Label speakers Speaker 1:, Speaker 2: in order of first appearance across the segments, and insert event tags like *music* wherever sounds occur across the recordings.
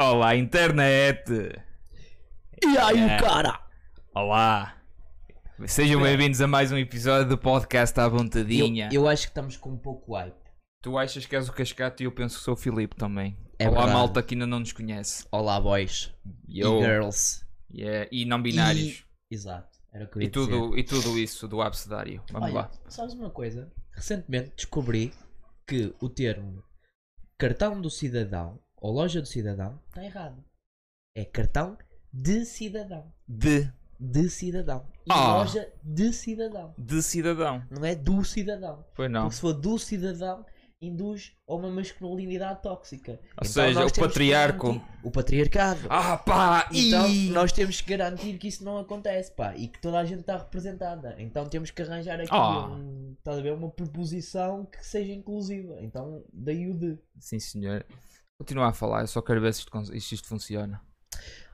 Speaker 1: Olá, internet!
Speaker 2: E aí,
Speaker 1: Yeah.
Speaker 2: cara?
Speaker 1: Olá! Sejam bem-vindos a mais um episódio do podcast à
Speaker 2: Eu,
Speaker 1: vontadinha.
Speaker 2: eu acho que estamos com um pouco hype.
Speaker 1: Tu achas que és o Cascato e eu penso que sou o Filipe também.
Speaker 2: É
Speaker 1: Olá,
Speaker 2: verdade.
Speaker 1: malta que ainda não nos conhece.
Speaker 2: Olá, boys. E girls.
Speaker 1: Yeah, E não binários.
Speaker 2: Exato. Era o que eu
Speaker 1: E,
Speaker 2: ia dizer.
Speaker 1: tudo, e tudo isso do abcedário. Vamos
Speaker 2: Olha,
Speaker 1: lá.
Speaker 2: sabes uma coisa? Recentemente descobri que o termo cartão do cidadão ou loja do cidadão está errado. É cartão de cidadão.
Speaker 1: De,
Speaker 2: De cidadão. E
Speaker 1: Ah.
Speaker 2: loja de cidadão.
Speaker 1: de cidadão.
Speaker 2: Não é do cidadão.
Speaker 1: Pois não.
Speaker 2: Porque se for do cidadão, induz a uma masculinidade tóxica. Então
Speaker 1: seja,
Speaker 2: nós
Speaker 1: o
Speaker 2: temos que
Speaker 1: patriarco.
Speaker 2: garantir- O patriarcado.
Speaker 1: Ah pá!
Speaker 2: Então
Speaker 1: e...
Speaker 2: nós temos que garantir que isso não acontece, pá, e que toda a gente está representada. Então temos que arranjar aqui
Speaker 1: Ah.
Speaker 2: um, estás a ver, uma proposição que seja inclusiva. Então daí o de.
Speaker 1: Sim, senhor. Continua a falar, eu só quero ver se isto, con- se isto funciona.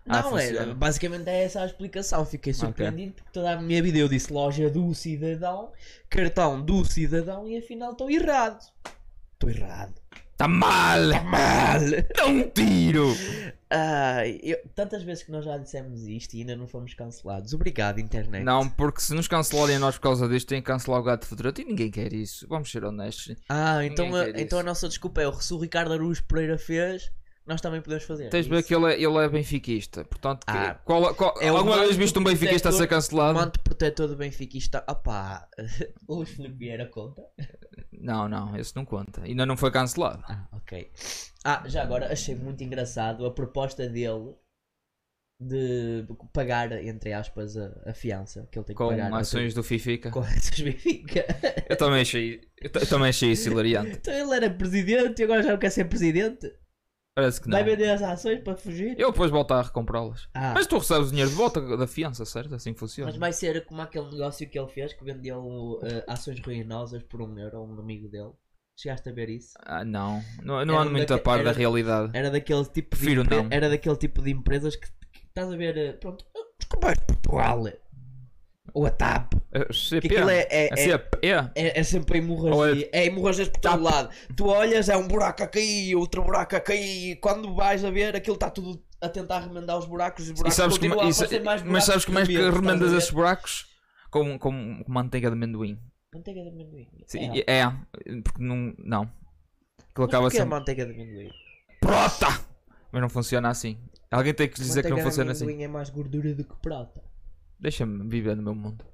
Speaker 1: Ah,
Speaker 2: Não, é,
Speaker 1: funciona.
Speaker 2: basicamente é essa a explicação. Fiquei surpreendido porque toda a minha vida eu disse loja do cidadão, cartão do cidadão e afinal estou errado. Estou errado.
Speaker 1: Tá mal!
Speaker 2: Mal!
Speaker 1: Dá um tiro!
Speaker 2: Ai, Ah, eu- tantas vezes que nós já dissemos isto e ainda não fomos cancelados. Obrigado, internet.
Speaker 1: Não, porque se nos cancelarem a nós por causa disto, têm que cancelar o gato fedorento e ninguém quer isso. Vamos ser honestos.
Speaker 2: Ah, então,
Speaker 1: Ninguém
Speaker 2: a,
Speaker 1: quer
Speaker 2: então a
Speaker 1: isso.
Speaker 2: nossa desculpa é o se o Ricardo Araújo Pereira fez, nós também podemos fazer.
Speaker 1: Tens de ver
Speaker 2: Isso.
Speaker 1: que ele é, ele é benfiquista. Portanto, que-
Speaker 2: Ah,
Speaker 1: qual- qual-
Speaker 2: é o
Speaker 1: alguma vez
Speaker 2: manto
Speaker 1: viste um benfiquista a ser
Speaker 2: protetor-
Speaker 1: cancelado?
Speaker 2: Manto protetor do Benfica está. Opá! *laughs* O Luís Filipe Vieira conta.
Speaker 1: Não, não, esse não conta. Ainda não foi cancelado.
Speaker 2: Ah, ok. Ah, já agora achei muito engraçado a proposta dele de pagar, entre aspas, a, a fiança que ele tem que
Speaker 1: Com
Speaker 2: pagar. não
Speaker 1: ações do Fifica.
Speaker 2: tem- *laughs* Com ações Benfica.
Speaker 1: Eu também achei, eu, ta- eu também achei isso hilariante.
Speaker 2: Então ele era presidente e agora já não quer ser presidente.
Speaker 1: Parece que não.
Speaker 2: Vai vender as ações para fugir.
Speaker 1: Eu depois volto a recomprá-las.
Speaker 2: Ah.
Speaker 1: Mas tu recebes o dinheiro de volta da fiança, certo? Assim funciona.
Speaker 2: Mas vai ser como aquele negócio que ele fez que vendeu eh, ações ruinosas por um euro a um amigo dele. Chegaste a ver isso?
Speaker 1: Ah, não. Não, não
Speaker 2: Era
Speaker 1: ando muito a
Speaker 2: daque-
Speaker 1: par da
Speaker 2: era-
Speaker 1: realidade.
Speaker 2: Era daquele tipo
Speaker 1: Prefiro
Speaker 2: de empre-
Speaker 1: não.
Speaker 2: Era daquele tipo de empresas que, que estás a ver. eh, pronto, ah, os comboios de Portugal. Ou a TAP.
Speaker 1: Eh, CP.
Speaker 2: Que aquilo é, é,
Speaker 1: A
Speaker 2: é,
Speaker 1: CP.
Speaker 2: é- é sempre hemorragia. É hemorragias por todo lado. Tu olhas, é um buraco a cair, outro buraco a cair. Quando vais a ver, aquilo está tudo a tentar remendar os buracos. Os
Speaker 1: E
Speaker 2: buracos
Speaker 1: sabes como,
Speaker 2: continuam a
Speaker 1: e sa-
Speaker 2: aparecer mais
Speaker 1: mas
Speaker 2: buracos
Speaker 1: sabes como é que
Speaker 2: medo, estás a
Speaker 1: remendas
Speaker 2: ver?
Speaker 1: esses buracos? Com, com, com manteiga de amendoim.
Speaker 2: Manteiga de amendoim.
Speaker 1: Sim,
Speaker 2: É.
Speaker 1: é. porque não. Não. Aquilo
Speaker 2: Mas
Speaker 1: acaba
Speaker 2: porquê a
Speaker 1: sempre.
Speaker 2: manteiga de amendoim?
Speaker 1: Prota! Mas não funciona assim. Alguém tem que dizer que não
Speaker 2: Manteiga de
Speaker 1: funciona assim.
Speaker 2: amendoim é mais gordura do que prata.
Speaker 1: Deixa-me viver no meu mundo.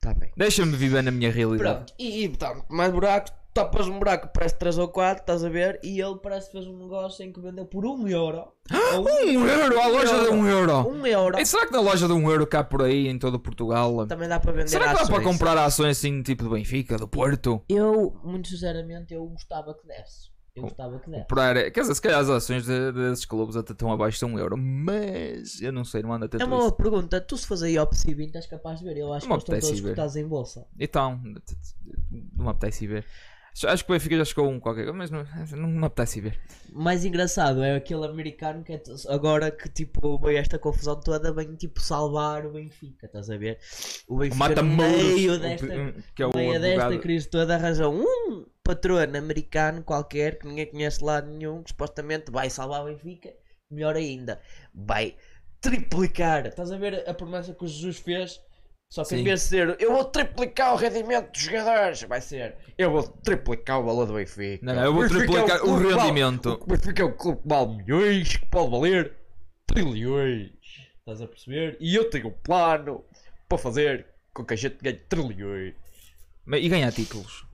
Speaker 2: Tá bem.
Speaker 1: Deixa-me viver na minha realidade.
Speaker 2: Pronto, e, e portanto, mais buracos, tapas um buraco, parece 3 ou 4, estás a ver? E ele parece que fez um negócio em que vendeu por 1 euro.
Speaker 1: *gasps*
Speaker 2: ou
Speaker 1: Um euro! A loja de um euro!
Speaker 2: 1 euro.
Speaker 1: E será que na loja de um euro cá por aí, em todo o Portugal?
Speaker 2: Também dá para vender
Speaker 1: Será que dá para
Speaker 2: ações.
Speaker 1: comprar ações assim, tipo do Benfica, do Porto?
Speaker 2: Eu, muito sinceramente, eu gostava que desse. Eu
Speaker 1: Oh,
Speaker 2: gostava que desse.
Speaker 1: Comprar. Quer dizer, se calhar as ações de- desses clubes até estão abaixo de um euro. Mas. Eu não sei, não ando a
Speaker 2: É
Speaker 1: tentar
Speaker 2: uma
Speaker 1: isso.
Speaker 2: boa pergunta. Tu se fores aí ao PC20 estás capaz de ver. Eu acho
Speaker 1: Não me
Speaker 2: que eles
Speaker 1: apetece
Speaker 2: estão
Speaker 1: ir
Speaker 2: todos
Speaker 1: ver.
Speaker 2: cotados em bolsa.
Speaker 1: Então, t- t- não me apetece ver. Acho- Acho que o Benfica já chegou a um qualquer coisa, mas não, não me apetece ver.
Speaker 2: mais engraçado é aquele americano que é t- agora que tipo veio esta confusão toda vem tipo salvar o Benfica, estás a ver? O
Speaker 1: O
Speaker 2: Benfica
Speaker 1: Mata
Speaker 2: no meio
Speaker 1: Mouros,
Speaker 2: desta, no
Speaker 1: que é o
Speaker 2: meio desta
Speaker 1: advogado.
Speaker 2: crise toda arranja um patrono americano qualquer que ninguém conhece lá nenhum que supostamente vai salvar o Benfica, melhor ainda, vai triplicar, estás a ver a promessa que o Jesus fez? Só que
Speaker 1: Sim.
Speaker 2: em vez de ser eu vou triplicar o rendimento dos jogadores, vai ser eu vou triplicar o valor do Benfica.
Speaker 1: Não, não, eu vou
Speaker 2: Benfica é
Speaker 1: triplicar o
Speaker 2: clube que vale-
Speaker 1: rendimento.
Speaker 2: *laughs* mas fica um clube que vale milhões, que pode valer trilhões. Estás a perceber? E eu tenho um plano para fazer com que a gente ganhe trilhões.
Speaker 1: Mas- E ganhar títulos.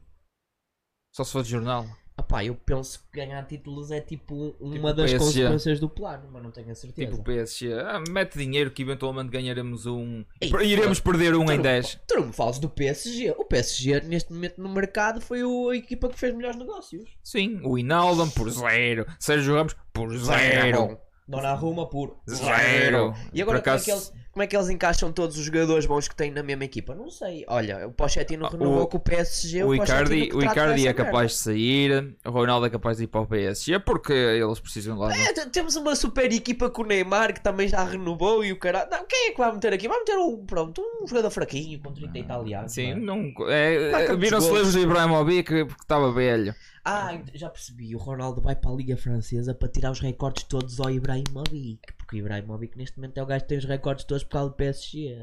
Speaker 1: Só se for de jornal.
Speaker 2: Ah pá, eu penso que ganhar títulos é tipo uma
Speaker 1: Tipo
Speaker 2: das
Speaker 1: PSG.
Speaker 2: consequências do plano, mas não tenho a certeza.
Speaker 1: Tipo o PSG. Ah, mete dinheiro que eventualmente ganharemos um.
Speaker 2: Ei,
Speaker 1: Iremos perder um
Speaker 2: tu
Speaker 1: em
Speaker 2: não-
Speaker 1: 10.
Speaker 2: Tu não me falas do PSG. O PSG, neste momento no mercado, foi o- a equipa que fez melhores negócios.
Speaker 1: Sim, o Inaldan por zero. Sérgio Ramos por zero.
Speaker 2: Donnarumma por
Speaker 1: Zero.
Speaker 2: E agora
Speaker 1: Por acaso-
Speaker 2: como, é que eles, como é que eles encaixam todos os jogadores bons que têm na mesma equipa? Não sei. Olha, o Pochettino
Speaker 1: Ah,
Speaker 2: renovou
Speaker 1: o-
Speaker 2: com o PSG.
Speaker 1: O
Speaker 2: Pochettino
Speaker 1: Icardi,
Speaker 2: que
Speaker 1: o
Speaker 2: trata
Speaker 1: Icardi é
Speaker 2: essa merda.
Speaker 1: capaz de sair. O Ronaldo é capaz de ir para o PSG é porque eles precisam lá.
Speaker 2: É, t- temos uma super equipa com o Neymar que também já renovou e o caralho. Não, quem é que vai meter aqui? Vai meter um, pronto, um jogador fraquinho com 30 italianos.
Speaker 1: *laughs* Sim,
Speaker 2: não é?
Speaker 1: não, é,
Speaker 2: Marca
Speaker 1: é,
Speaker 2: muitos
Speaker 1: viram-se
Speaker 2: golos.
Speaker 1: livros de Ibrahimovic porque estava velho.
Speaker 2: Ah, ent- já percebi. O Ronaldo vai para a Liga Francesa para tirar os recordes todos ao Ibrahimovic. Porque o Ibrahimovic neste momento é o gajo que tem os recordes todos por causa do PSG.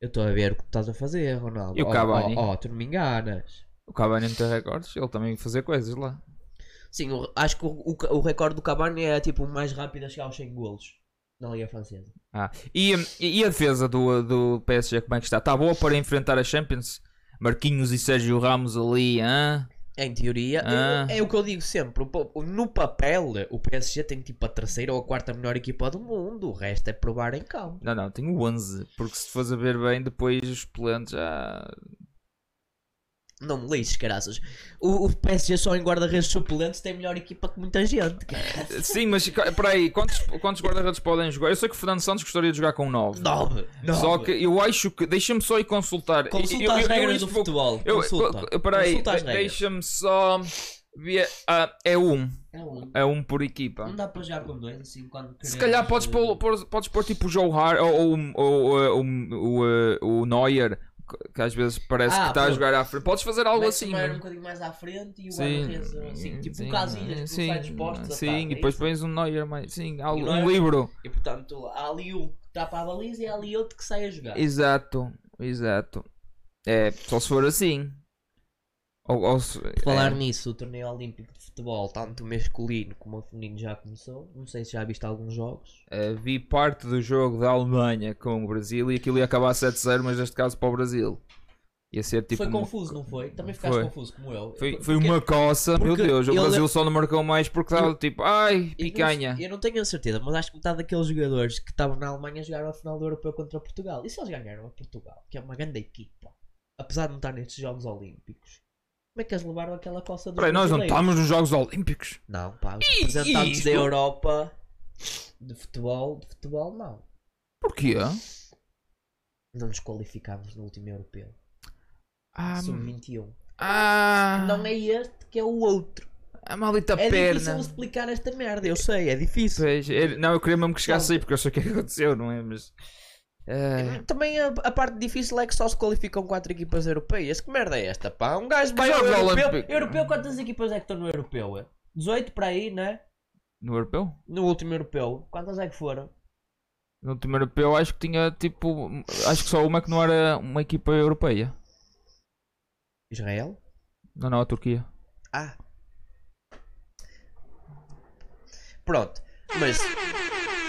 Speaker 2: Eu estou a ver o que tu estás a fazer, Ronaldo.
Speaker 1: E o
Speaker 2: Oh,
Speaker 1: Cavani?
Speaker 2: Oh, oh, tu não me enganas.
Speaker 1: O Cavani não tem recordes, ele também fazia coisas lá.
Speaker 2: Sim, o- acho que o, o, ca- o recorde do Cavani é tipo o mais rápido a chegar aos 100 golos na Liga Francesa.
Speaker 1: Ah, e, hum, e e a defesa do, do PSG, como é que está? Está boa para enfrentar a Champions? Marquinhos e Sérgio Ramos ali, hã?
Speaker 2: Em teoria,
Speaker 1: Ah.
Speaker 2: é, é o que eu digo sempre. o po- o- No papel, o PSG tem tipo a terceira ou a quarta melhor equipa do mundo. O resto é provar em campo.
Speaker 1: Não, não, tenho 11. Porque se fores a ver bem, depois os planos já.
Speaker 2: Não me lixes, caraças. O, o PSG só em guarda-redes suplentes tem melhor equipa que muita gente. cara.
Speaker 1: Sim, mas *laughs* ca- peraí, quantos, quantos guarda-redes podem jogar? Eu sei que o Fernando Santos gostaria de jogar com 9.
Speaker 2: Nove. nove.
Speaker 1: Só que eu acho que. Deixa-me só ir consultar.
Speaker 2: Consulta
Speaker 1: Eu- eu-
Speaker 2: as
Speaker 1: eu- eu
Speaker 2: regras
Speaker 1: isto
Speaker 2: do
Speaker 1: vou-
Speaker 2: futebol.
Speaker 1: Eu,
Speaker 2: Consulta.
Speaker 1: eu- peraí,
Speaker 2: Consulta as
Speaker 1: de-
Speaker 2: regras.
Speaker 1: deixa-me só ver. Ah, é um.
Speaker 2: É um.
Speaker 1: É um por equipa.
Speaker 2: Não dá para jogar com dois assim quando
Speaker 1: Se
Speaker 2: queremos,
Speaker 1: calhar podes
Speaker 2: eh,
Speaker 1: pôr, pôr- podes pôr tipo o Joe Hart ou, ou, ou, eh, um- o, eh, o Neuer, que- que às vezes parece
Speaker 2: Ah,
Speaker 1: que está a
Speaker 2: pronto.
Speaker 1: jogar à frente. Podes fazer algo
Speaker 2: Mete
Speaker 1: assim.
Speaker 2: o Bayern um
Speaker 1: mano.
Speaker 2: bocadinho mais à frente e o guarda-redes
Speaker 1: Sim,
Speaker 2: assim, tipo
Speaker 1: sim,
Speaker 2: um casinhas que
Speaker 1: sim,
Speaker 2: não sai dos postos.
Speaker 1: sim,
Speaker 2: ataca,
Speaker 1: e depois
Speaker 2: é isso?
Speaker 1: pões um Neuer, mais, sim, algo-
Speaker 2: Neuer.
Speaker 1: um livro.
Speaker 2: E portanto há ali um que está para a baliza e há ali outro que sai a jogar.
Speaker 1: Exato, exato. É, só se for assim. Ou, ou se-
Speaker 2: Por Falar
Speaker 1: é.
Speaker 2: nisso, o torneio olímpico de futebol, tanto masculino como feminino, já começou. Não sei se já viste alguns jogos.
Speaker 1: Eh, vi parte do jogo da Alemanha com o Brasil e aquilo ia acabar 7-0, mas neste caso para o Brasil. Ia ser tipo.
Speaker 2: foi
Speaker 1: uma-
Speaker 2: confuso, não foi? Também ficaste
Speaker 1: Foi.
Speaker 2: confuso como eu.
Speaker 1: Foi,
Speaker 2: Eu-
Speaker 1: foi
Speaker 2: porque-
Speaker 1: uma coça, meu
Speaker 2: porque
Speaker 1: Deus. O
Speaker 2: ele- é-
Speaker 1: Brasil só não marcou mais porque estava tipo, ai,
Speaker 2: eu não-
Speaker 1: picanha.
Speaker 2: Eu não tenho a certeza, mas acho que metade daqueles jogadores que estavam na Alemanha jogaram a final do Europeu contra Portugal. E se eles ganharam a Portugal, que é uma grande equipa, apesar de não estar nestes Jogos Olímpicos, como é que eles levaram aquela coça do
Speaker 1: Peraí, nós não estamos nos Jogos Olímpicos.
Speaker 2: Não, pá, os representantes
Speaker 1: isto?
Speaker 2: da Europa de futebol, de futebol não.
Speaker 1: Porquê?
Speaker 2: Não nos qualificámos no último Europeu.
Speaker 1: Ah,
Speaker 2: Sub-21.
Speaker 1: ah,
Speaker 2: Não é este que é o outro.
Speaker 1: a maldita
Speaker 2: É difícil
Speaker 1: perna.
Speaker 2: explicar esta merda, eu sei, é difícil.
Speaker 1: Pois, é- não, eu queria mesmo que chegasse aí porque eu sei o que é que aconteceu, não é? Mas. eh,
Speaker 2: Também a, a parte difícil é que só se qualificam quatro equipas europeias. Que merda é esta, pá? Um gajo vai ao
Speaker 1: Jogos
Speaker 2: europeu.
Speaker 1: Olímpicos.
Speaker 2: Europeu, quantas equipas é que estão no europeu? é? 18 para aí, né?
Speaker 1: no europeu?
Speaker 2: No último europeu. Quantas é que foram?
Speaker 1: No último europeu acho que tinha tipo. Acho que só uma que não era uma equipa europeia.
Speaker 2: Israel?
Speaker 1: Não, não, a Turquia.
Speaker 2: Ah. Pronto. Mas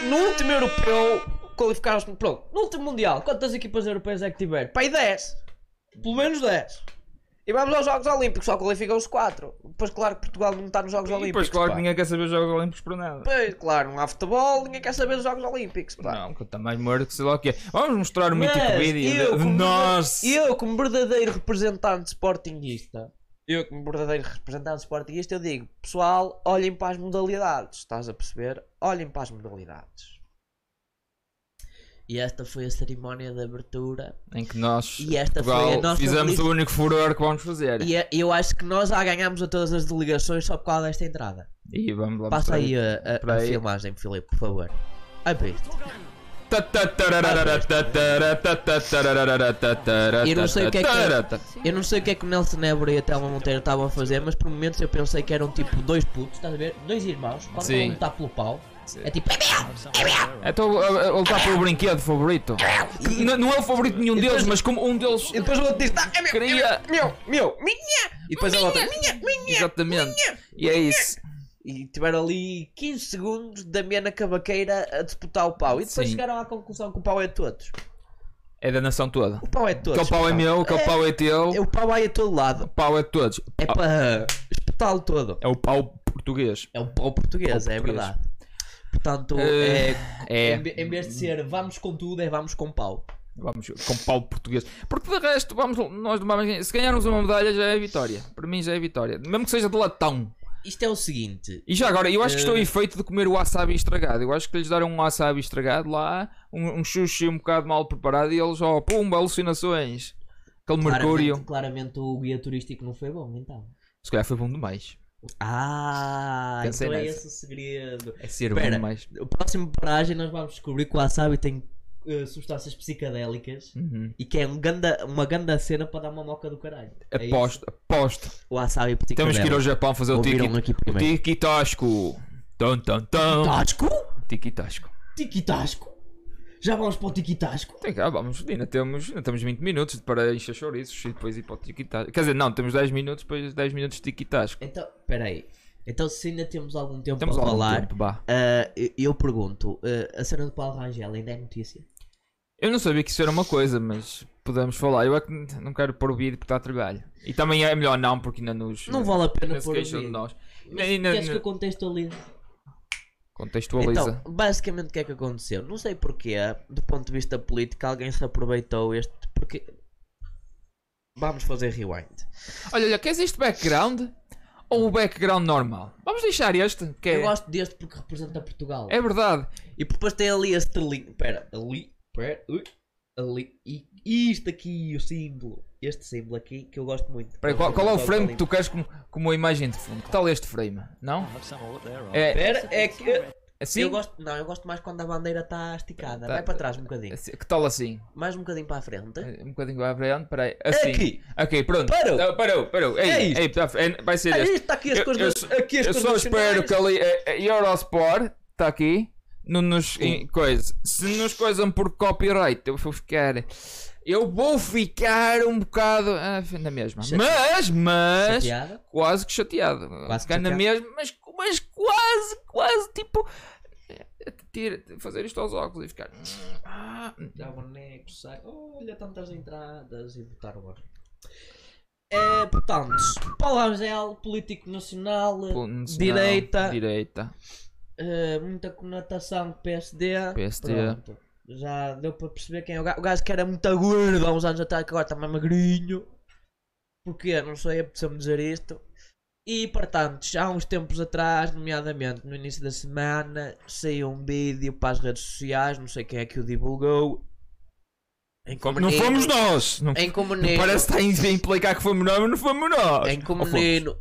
Speaker 2: no último europeu qualificaram-se. Pronto. No último mundial, quantas equipas europeias é que tiveram? Pai 10. Pelo menos 10. E vamos aos Jogos Olímpicos, só qualificam-se 4. Depois, claro que Portugal não está nos Jogos
Speaker 1: E
Speaker 2: Olímpicos.
Speaker 1: depois, claro
Speaker 2: pá.
Speaker 1: que ninguém quer saber os Jogos Olímpicos por nada.
Speaker 2: Pois, claro, não há futebol, ninguém quer saber dos Jogos Olímpicos. Pá.
Speaker 1: Não, que eu também morto, que sei lá o que é. Vamos mostrar um mítico
Speaker 2: Mas
Speaker 1: vídeo de-
Speaker 2: eu,
Speaker 1: de
Speaker 2: como-
Speaker 1: nós.
Speaker 2: Eu, como verdadeiro representante sportinguista, eu, como verdadeiro representante sportinguista, eu digo, pessoal, olhem para as modalidades. Estás a perceber? Olhem para as modalidades. E esta foi a cerimónia de abertura.
Speaker 1: Em que nós,
Speaker 2: E esta foi a
Speaker 1: Portugal,
Speaker 2: nossa
Speaker 1: fizemos
Speaker 2: feliz-
Speaker 1: o único furor que vamos fazer. E,
Speaker 2: E é- eu acho que nós já ganhámos a todas as delegações só por causa desta entrada.
Speaker 1: vamos lá
Speaker 2: Passa
Speaker 1: mostrar
Speaker 2: aí a, a- a
Speaker 1: Espera aí.
Speaker 2: filmagem, Filipe, por favor. Ai, para isto.
Speaker 1: Ta- ta- tararara, ta- tarara, ta- ta- tararara, ta- tarara,
Speaker 2: Eu não sei o que é que-
Speaker 1: tarara, ta-
Speaker 2: Eu não sei o que é que o Nelson Évora e a Telma Monteiro estavam a fazer, mas por momentos eu pensei que eram tipo dois putos, estás a ver? Dois irmãos, quando
Speaker 1: Sim.
Speaker 2: um está pelo pau,
Speaker 1: Sim.
Speaker 2: é tipo. "É meu!"
Speaker 1: Então, a- a- a lutar pelo brinquedo favorito. Que não, não é o favorito de nenhum deles, mas como um deles
Speaker 2: E depois o outro diz: "Tá, é meu,
Speaker 1: queria.
Speaker 2: meu, meu, minha! E depois a outra: minha, minha!
Speaker 1: Exatamente. E é isso.
Speaker 2: E tiveram ali 15 segundos da Mena Cavaqueira a disputar o pau. E depois
Speaker 1: Sim.
Speaker 2: chegaram à conclusão que o pau é de todos.
Speaker 1: É da nação toda.
Speaker 2: O pau é de todos.
Speaker 1: Aquele pau é
Speaker 2: pessoal.
Speaker 1: meu, aquele pau é teu,
Speaker 2: O pau vai a todo
Speaker 1: o
Speaker 2: lado.
Speaker 1: pau é de todos.
Speaker 2: É para espetá-lo todo.
Speaker 1: É o pau português.
Speaker 2: É o pau português, é
Speaker 1: português.
Speaker 2: verdade. Portanto,
Speaker 1: Eh,
Speaker 2: é
Speaker 1: É.
Speaker 2: Em, ve- em vez de ser vamos com tudo, é vamos com pau.
Speaker 1: Vamos com pau português. Porque de resto, vamos, nós vamos- se ganharmos uma medalha já é vitória. Para mim já é vitória. Mesmo que seja de latão.
Speaker 2: Isto é o seguinte:
Speaker 1: E já agora, eu acho que estou em efeito de comer o wasabi estragado. Eu acho que lhes deram um wasabi estragado lá, um, um sushi um bocado mal preparado e eles, ó, pumba, alucinações. Aquele mercúrio.
Speaker 2: Claramente, claramente o guia turístico não foi bom, então.
Speaker 1: Se calhar foi bom demais.
Speaker 2: Ah,
Speaker 1: Pensei
Speaker 2: então é
Speaker 1: nessa.
Speaker 2: esse o segredo.
Speaker 1: É ser
Speaker 2: Espera.
Speaker 1: bom demais.
Speaker 2: O próximo paragem nós vamos descobrir que o wasabi tem eh, substâncias psicadélicas
Speaker 1: Uhum.
Speaker 2: e que é um ganda, uma ganda cena para dar uma moca do caralho. É isso.
Speaker 1: Aposto, aposto.
Speaker 2: O wasabi psicadélico.
Speaker 1: Temos que ir ao Japão fazer o
Speaker 2: Ouviram
Speaker 1: tiki
Speaker 2: aqui primeiro.
Speaker 1: tiki tasco. Tão tão tão.
Speaker 2: Tasco?
Speaker 1: Tiki tasco.
Speaker 2: Tiki-tasco? Já vamos para o tiki-tasco?
Speaker 1: Tem cá, vamos, ainda temos, ainda temos 20 minutos para encher chouriços e depois ir para o tiki tasco. Quer dizer, não, temos 10 minutos, depois 10 minutos de tiki tasco.
Speaker 2: Então, espera aí. Então, se ainda temos algum tempo
Speaker 1: Temos
Speaker 2: para
Speaker 1: algum
Speaker 2: falar,
Speaker 1: tempo, vá.
Speaker 2: ah, eu, eu pergunto: ah, a cena do Paulo Rangel ainda é notícia?
Speaker 1: Eu não sabia que isso era uma coisa, mas podemos falar. Eu é que não quero pôr o vídeo porque está trabalho. E também é melhor não, porque ainda nos.
Speaker 2: Não vale a pena
Speaker 1: ainda se
Speaker 2: pôr o
Speaker 1: queixam de
Speaker 2: vídeo.
Speaker 1: nós.
Speaker 2: Mas
Speaker 1: Ainda-
Speaker 2: Queres que eu
Speaker 1: ainda-
Speaker 2: contextualize?
Speaker 1: Contextualiza.
Speaker 2: Então, basicamente o que é que aconteceu? Não sei porquê, do ponto de vista político, alguém se aproveitou este. Porque. Vamos fazer rewind.
Speaker 1: Olha, olha, queres este background ou o background normal? Vamos deixar este, que
Speaker 2: Eu
Speaker 1: é,
Speaker 2: gosto deste porque representa Portugal.
Speaker 1: é verdade.
Speaker 2: E depois tem ali a estrelinha. Pera, ali. Pera, ui, ali. E e isto aqui, o símbolo. Este símbolo aqui que eu gosto muito.
Speaker 1: Espera aí, qual, qual é o frame que tu queres como, como imagem de fundo? Que tal este frame? Não? É
Speaker 2: Pera, é que.
Speaker 1: assim?
Speaker 2: Eu gosto, não, eu gosto mais quando a bandeira está esticada.
Speaker 1: Tá-
Speaker 2: Vai para trás um bocadinho.
Speaker 1: Assim, Que tal assim?
Speaker 2: Mais um bocadinho para a frente.
Speaker 1: Um bocadinho à frente, peraí. Assim.
Speaker 2: Aqui.
Speaker 1: Ok, pronto.
Speaker 2: Parou.
Speaker 1: Tá, parou, parou. Ei,
Speaker 2: É isto.
Speaker 1: ei, tá- é- vai ser
Speaker 2: Ah,
Speaker 1: este.
Speaker 2: isto está aqui as
Speaker 1: Eu-
Speaker 2: cores
Speaker 1: eu
Speaker 2: nas-
Speaker 1: só-
Speaker 2: aqui as
Speaker 1: Eu
Speaker 2: cores
Speaker 1: só espero
Speaker 2: nacionais.
Speaker 1: que ali a, a Eurosport está aqui. Não nos em- coisa. Se nos coisam por copyright, eu vou ficar. Eu vou ficar um bocado. Ah, na mesma.
Speaker 2: Chateado.
Speaker 1: Mas, mas.
Speaker 2: Chateado?
Speaker 1: Quase que chateado.
Speaker 2: Quase que
Speaker 1: ficar na
Speaker 2: chateado.
Speaker 1: mesma, mas, mas quase, quase tipo. eh, tira- fazer isto aos óculos e ficar. Ah,
Speaker 2: Dá boneco, sai. Olha tantas entradas e botar o ar. É, portanto, Paulo Angel, político nacional, eh,
Speaker 1: pô, não sei,
Speaker 2: direita,
Speaker 1: não. Direita.
Speaker 2: eh, muita conotação com PSD.
Speaker 1: PSD.
Speaker 2: Pronto. Já deu para perceber quem é o gajo. O gajo que era muito gordo há uns anos atrás, que agora está mais magrinho. Porquê? Não sei, apeteceu-me dizer isto. E, portanto, já há uns tempos atrás, nomeadamente no início da semana, saiu um vídeo para as redes sociais, não sei quem é que o divulgou. Em que o
Speaker 1: não
Speaker 2: menino-
Speaker 1: fomos nós! Não,
Speaker 2: Em que o menino.
Speaker 1: não parece que está a implicar que fomos nós, mas não fomos nós!
Speaker 2: Em que o
Speaker 1: Ou fomos?
Speaker 2: menino.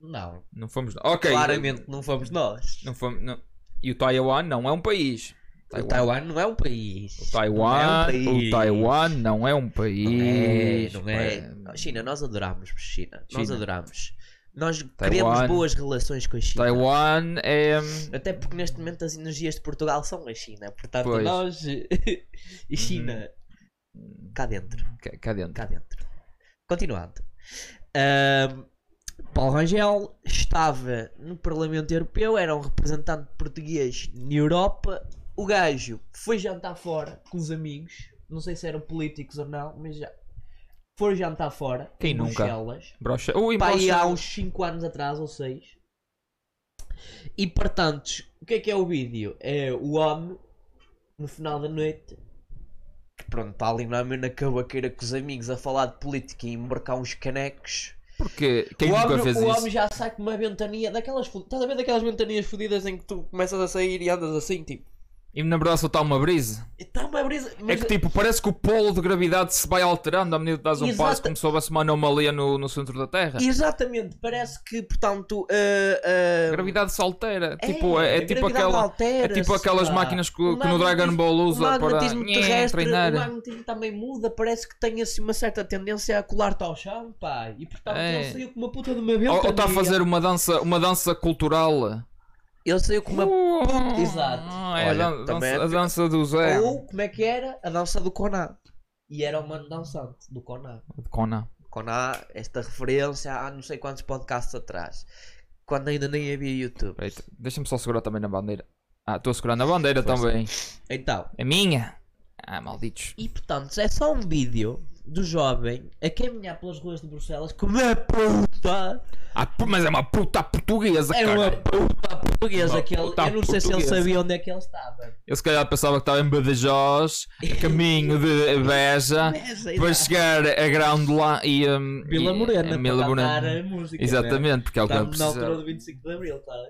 Speaker 2: Não,
Speaker 1: Não fomos nós. Ok.
Speaker 2: claramente não fomos nós.
Speaker 1: Não fomos, não. E o Taiwan não é um país.
Speaker 2: O Taiwan não é um país.
Speaker 1: O Taiwan,
Speaker 2: Não é um
Speaker 1: o
Speaker 2: país.
Speaker 1: Taiwan não é um país.
Speaker 2: Não é, não é.
Speaker 1: Pá.
Speaker 2: China, nós adoramos China. Nós
Speaker 1: China.
Speaker 2: adoramos. Nós queremos boas relações com a China.
Speaker 1: Taiwan é.
Speaker 2: Até porque neste momento as energias de Portugal são a China. Portanto,
Speaker 1: Pois.
Speaker 2: nós *laughs* e China
Speaker 1: Uhum.
Speaker 2: cá dentro.
Speaker 1: Cá, cá dentro.
Speaker 2: Cá dentro. Continuando. Ahm, Paulo Rangel estava no Parlamento Europeu, era um representante português na Europa. O gajo foi jantar fora com os amigos, não sei se eram políticos ou não, mas já foi jantar fora.
Speaker 1: Quem
Speaker 2: em
Speaker 1: nunca?
Speaker 2: Bruxelas.
Speaker 1: Brocha. Ui,
Speaker 2: Pá, aí
Speaker 1: brocha.
Speaker 2: há um uns 5 anos atrás ou 6. E portanto, o que é que é o vídeo? É o homem no final da noite que pronto, está ali na na cavaqueira com os amigos a falar de política e embarcar uns canecos.
Speaker 1: Porque quem
Speaker 2: o
Speaker 1: nunca
Speaker 2: homem,
Speaker 1: fez
Speaker 2: o
Speaker 1: isso?
Speaker 2: homem já sai com uma ventania daquelas. fu- Estás a ver daquelas ventanias fodidas em que tu começas a sair e andas assim, tipo.
Speaker 1: E na braça está uma brisa.
Speaker 2: Está uma brisa. mas-
Speaker 1: É que tipo, parece que o polo de gravidade se vai alterando à medida que dás um
Speaker 2: Exata-
Speaker 1: passo, como se houvesse uma anomalia no, no centro da Terra.
Speaker 2: Exatamente, parece que portanto. ah,
Speaker 1: A
Speaker 2: ah,
Speaker 1: gravidade se altera. tipo, é, é
Speaker 2: a
Speaker 1: tipo
Speaker 2: gravidade
Speaker 1: aquela.
Speaker 2: altera-se,
Speaker 1: É tipo aquelas
Speaker 2: pá.
Speaker 1: máquinas que,
Speaker 2: O
Speaker 1: que no Dragon
Speaker 2: magnetismo-
Speaker 1: Ball
Speaker 2: o
Speaker 1: usa para
Speaker 2: magnetismo
Speaker 1: nhé,
Speaker 2: terrestre,
Speaker 1: É, treinar.
Speaker 2: O magnetismo também muda, parece que tem assim uma certa tendência a colar-te ao chão, pá. E portanto
Speaker 1: É.
Speaker 2: ele saiu com uma puta de uma ventania.
Speaker 1: Ou está tá a fazer uma dança, uma dança cultural.
Speaker 2: Ele saiu com uma.
Speaker 1: Uh,
Speaker 2: Exato.
Speaker 1: é,
Speaker 2: Olha,
Speaker 1: a, dan-
Speaker 2: também
Speaker 1: dança,
Speaker 2: é-
Speaker 1: a dança do Zé.
Speaker 2: Ou como é que era? A dança do Conan. E era o mano dançante do Conan.
Speaker 1: Conan.
Speaker 2: Conan, esta referência há não sei quantos podcasts atrás. Quando ainda nem havia YouTube.
Speaker 1: Peraí, Deixa-me só segurar também na bandeira. Ah, estou a segurar na bandeira
Speaker 2: Força.
Speaker 1: também.
Speaker 2: Então,
Speaker 1: É minha? Ah, malditos.
Speaker 2: E portanto, é só um vídeo do jovem a caminhar pelas ruas de Bruxelas com uma puta.
Speaker 1: Ah, pu- mas é uma puta portuguesa,
Speaker 2: Era uma
Speaker 1: cara.
Speaker 2: puta portuguesa
Speaker 1: Uma
Speaker 2: que ele,
Speaker 1: puta
Speaker 2: eu não sei se ele
Speaker 1: portuguesa.
Speaker 2: sabia onde é que ele estava.
Speaker 1: Eu se calhar pensava que estava em Badajoz,
Speaker 2: *laughs*
Speaker 1: a caminho de Beja, para chegar a Groundland e. Um,
Speaker 2: Ah, É, Vila
Speaker 1: e-
Speaker 2: Morena,
Speaker 1: a
Speaker 2: para
Speaker 1: Vila
Speaker 2: cantar
Speaker 1: Morena.
Speaker 2: a música. né?
Speaker 1: Exatamente, porque é o que eu
Speaker 2: Estamos na altura
Speaker 1: preciso.
Speaker 2: do 25 de Abril, tá? claro.